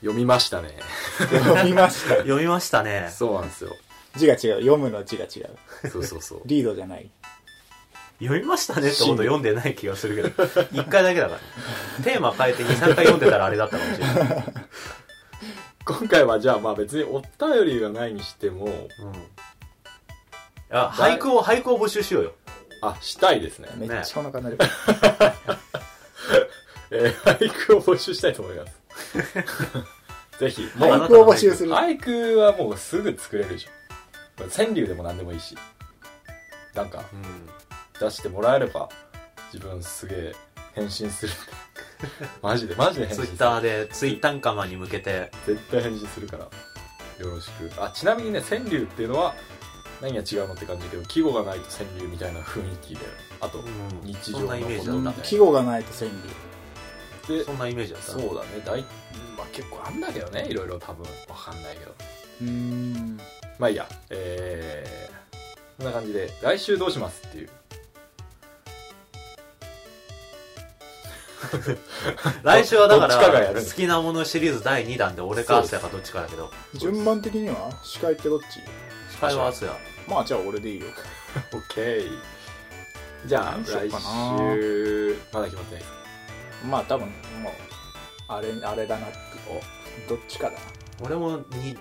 A: 読みましたね
C: 読みました
B: 読みましたね
A: そうなんですよ
C: 字が違う読むの字が違う
A: そうそうそう
C: リードじゃない
B: 読みましたねってこと読んでない気がするけど1回だけだからテーマ変えて23 回読んでたらあれだったかもしれない、
A: 今回はじゃあまあ別にお便りがないにしても
B: うん、あ俳句を俳句を募集しようよ
A: あしたいですね
C: めっちゃお腹鳴る、
A: えー、俳句を募集したいと思います ぜひもう
C: 俳句を募集する
A: 俳句はもうすぐ作れるでしょ川柳でも何でもいいしなんか
B: う
A: 出してもらえれば自分すげえ返信する マジでマジで
B: ん、
A: 返
B: ツ
A: 信する
B: イッターでツイッタンカマに向けて
A: 絶対返信するからよろしくあちなみにね川柳っていうのは何が違うのって感じだけど季語がないと川柳みたいな雰囲気であと
B: うん
A: 日常
B: そん
A: の
B: なイメージだ
A: こと
B: っ
A: み
B: た
A: たい
C: 季語がないと川柳
A: で
B: そんなイメージだった
A: そうだね大、まあ、結構あんだけどねいろいろ多分わかんないけど
C: うーん
A: まあいいや、えそんな感じで来週どうしますっていう
B: 来週はだか
A: どっちかがや
B: ら
A: る
B: 好きなものシリーズ第2弾で俺か敦也かどっちかだけど
C: 順番的には司会ってどっち
B: 司会は敦也
C: まあじゃあ俺でいいよ
A: OK じゃあ
C: 何しよ
A: 来
C: うかな
A: 週まだ決まってないです
C: まあ多分もうあれあれだなってどっちかだな
B: 俺も 2,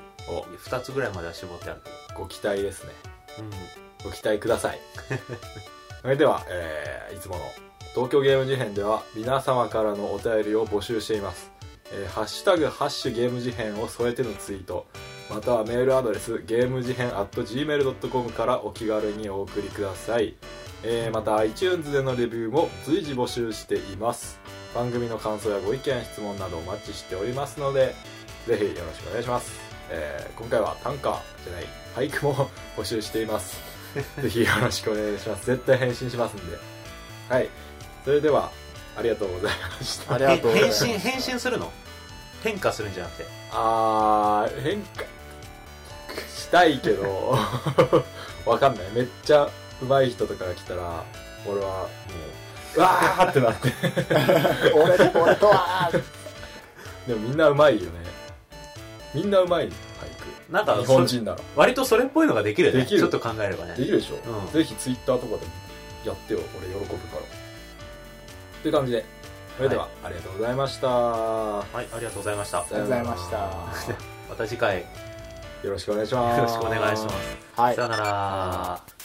B: 2つぐらいまでは絞ってあるけ
A: ご期待ですね
B: ど、うん、
A: ご期待ください それでは、えーいつもの東京ゲーム事変では皆様からのお便りを募集しています、えーハッシュタグハッシュゲーム事変を添えてのツイートまたはメールアドレスゲーム事変 at gmail.com からお気軽にお送りください、えーまた iTunes でのレビューも随時募集しています番組の感想やご意見質問などお待ちしておりますのでぜひよろしくお願いします、えー今回は短歌じゃない俳句も募集していますぜひよろしくお願いします。絶対返信しますんで。はい。それでは、ありがとうございました。
C: ありが
B: え
C: とうござ
B: 変
C: います
B: 身変身するの変化するんじゃなくて
A: あー、変化したいけど、 わかんない。めっちゃ上手い人とかが来たら、俺はもう、うわーってなって。
C: 俺と俺とは
A: でもみんな上手いよね。みんな上手い、
B: なん
A: 俳句。
B: か
A: 日本人なら。
B: 割とそれっぽいのができるよね
A: できる
B: ちょっと考えればね
A: できるでしょ、
B: うん
A: ぜひツイッターとかでもやってよ。俺喜ぶから。っていう感じで。それでは、
B: は
A: ありがとうございました。
B: はいありがとうございました
C: りがとうございました
B: また次回よ
A: よろしくお願いします。
B: ろしくお願いします
C: はい
B: さよなら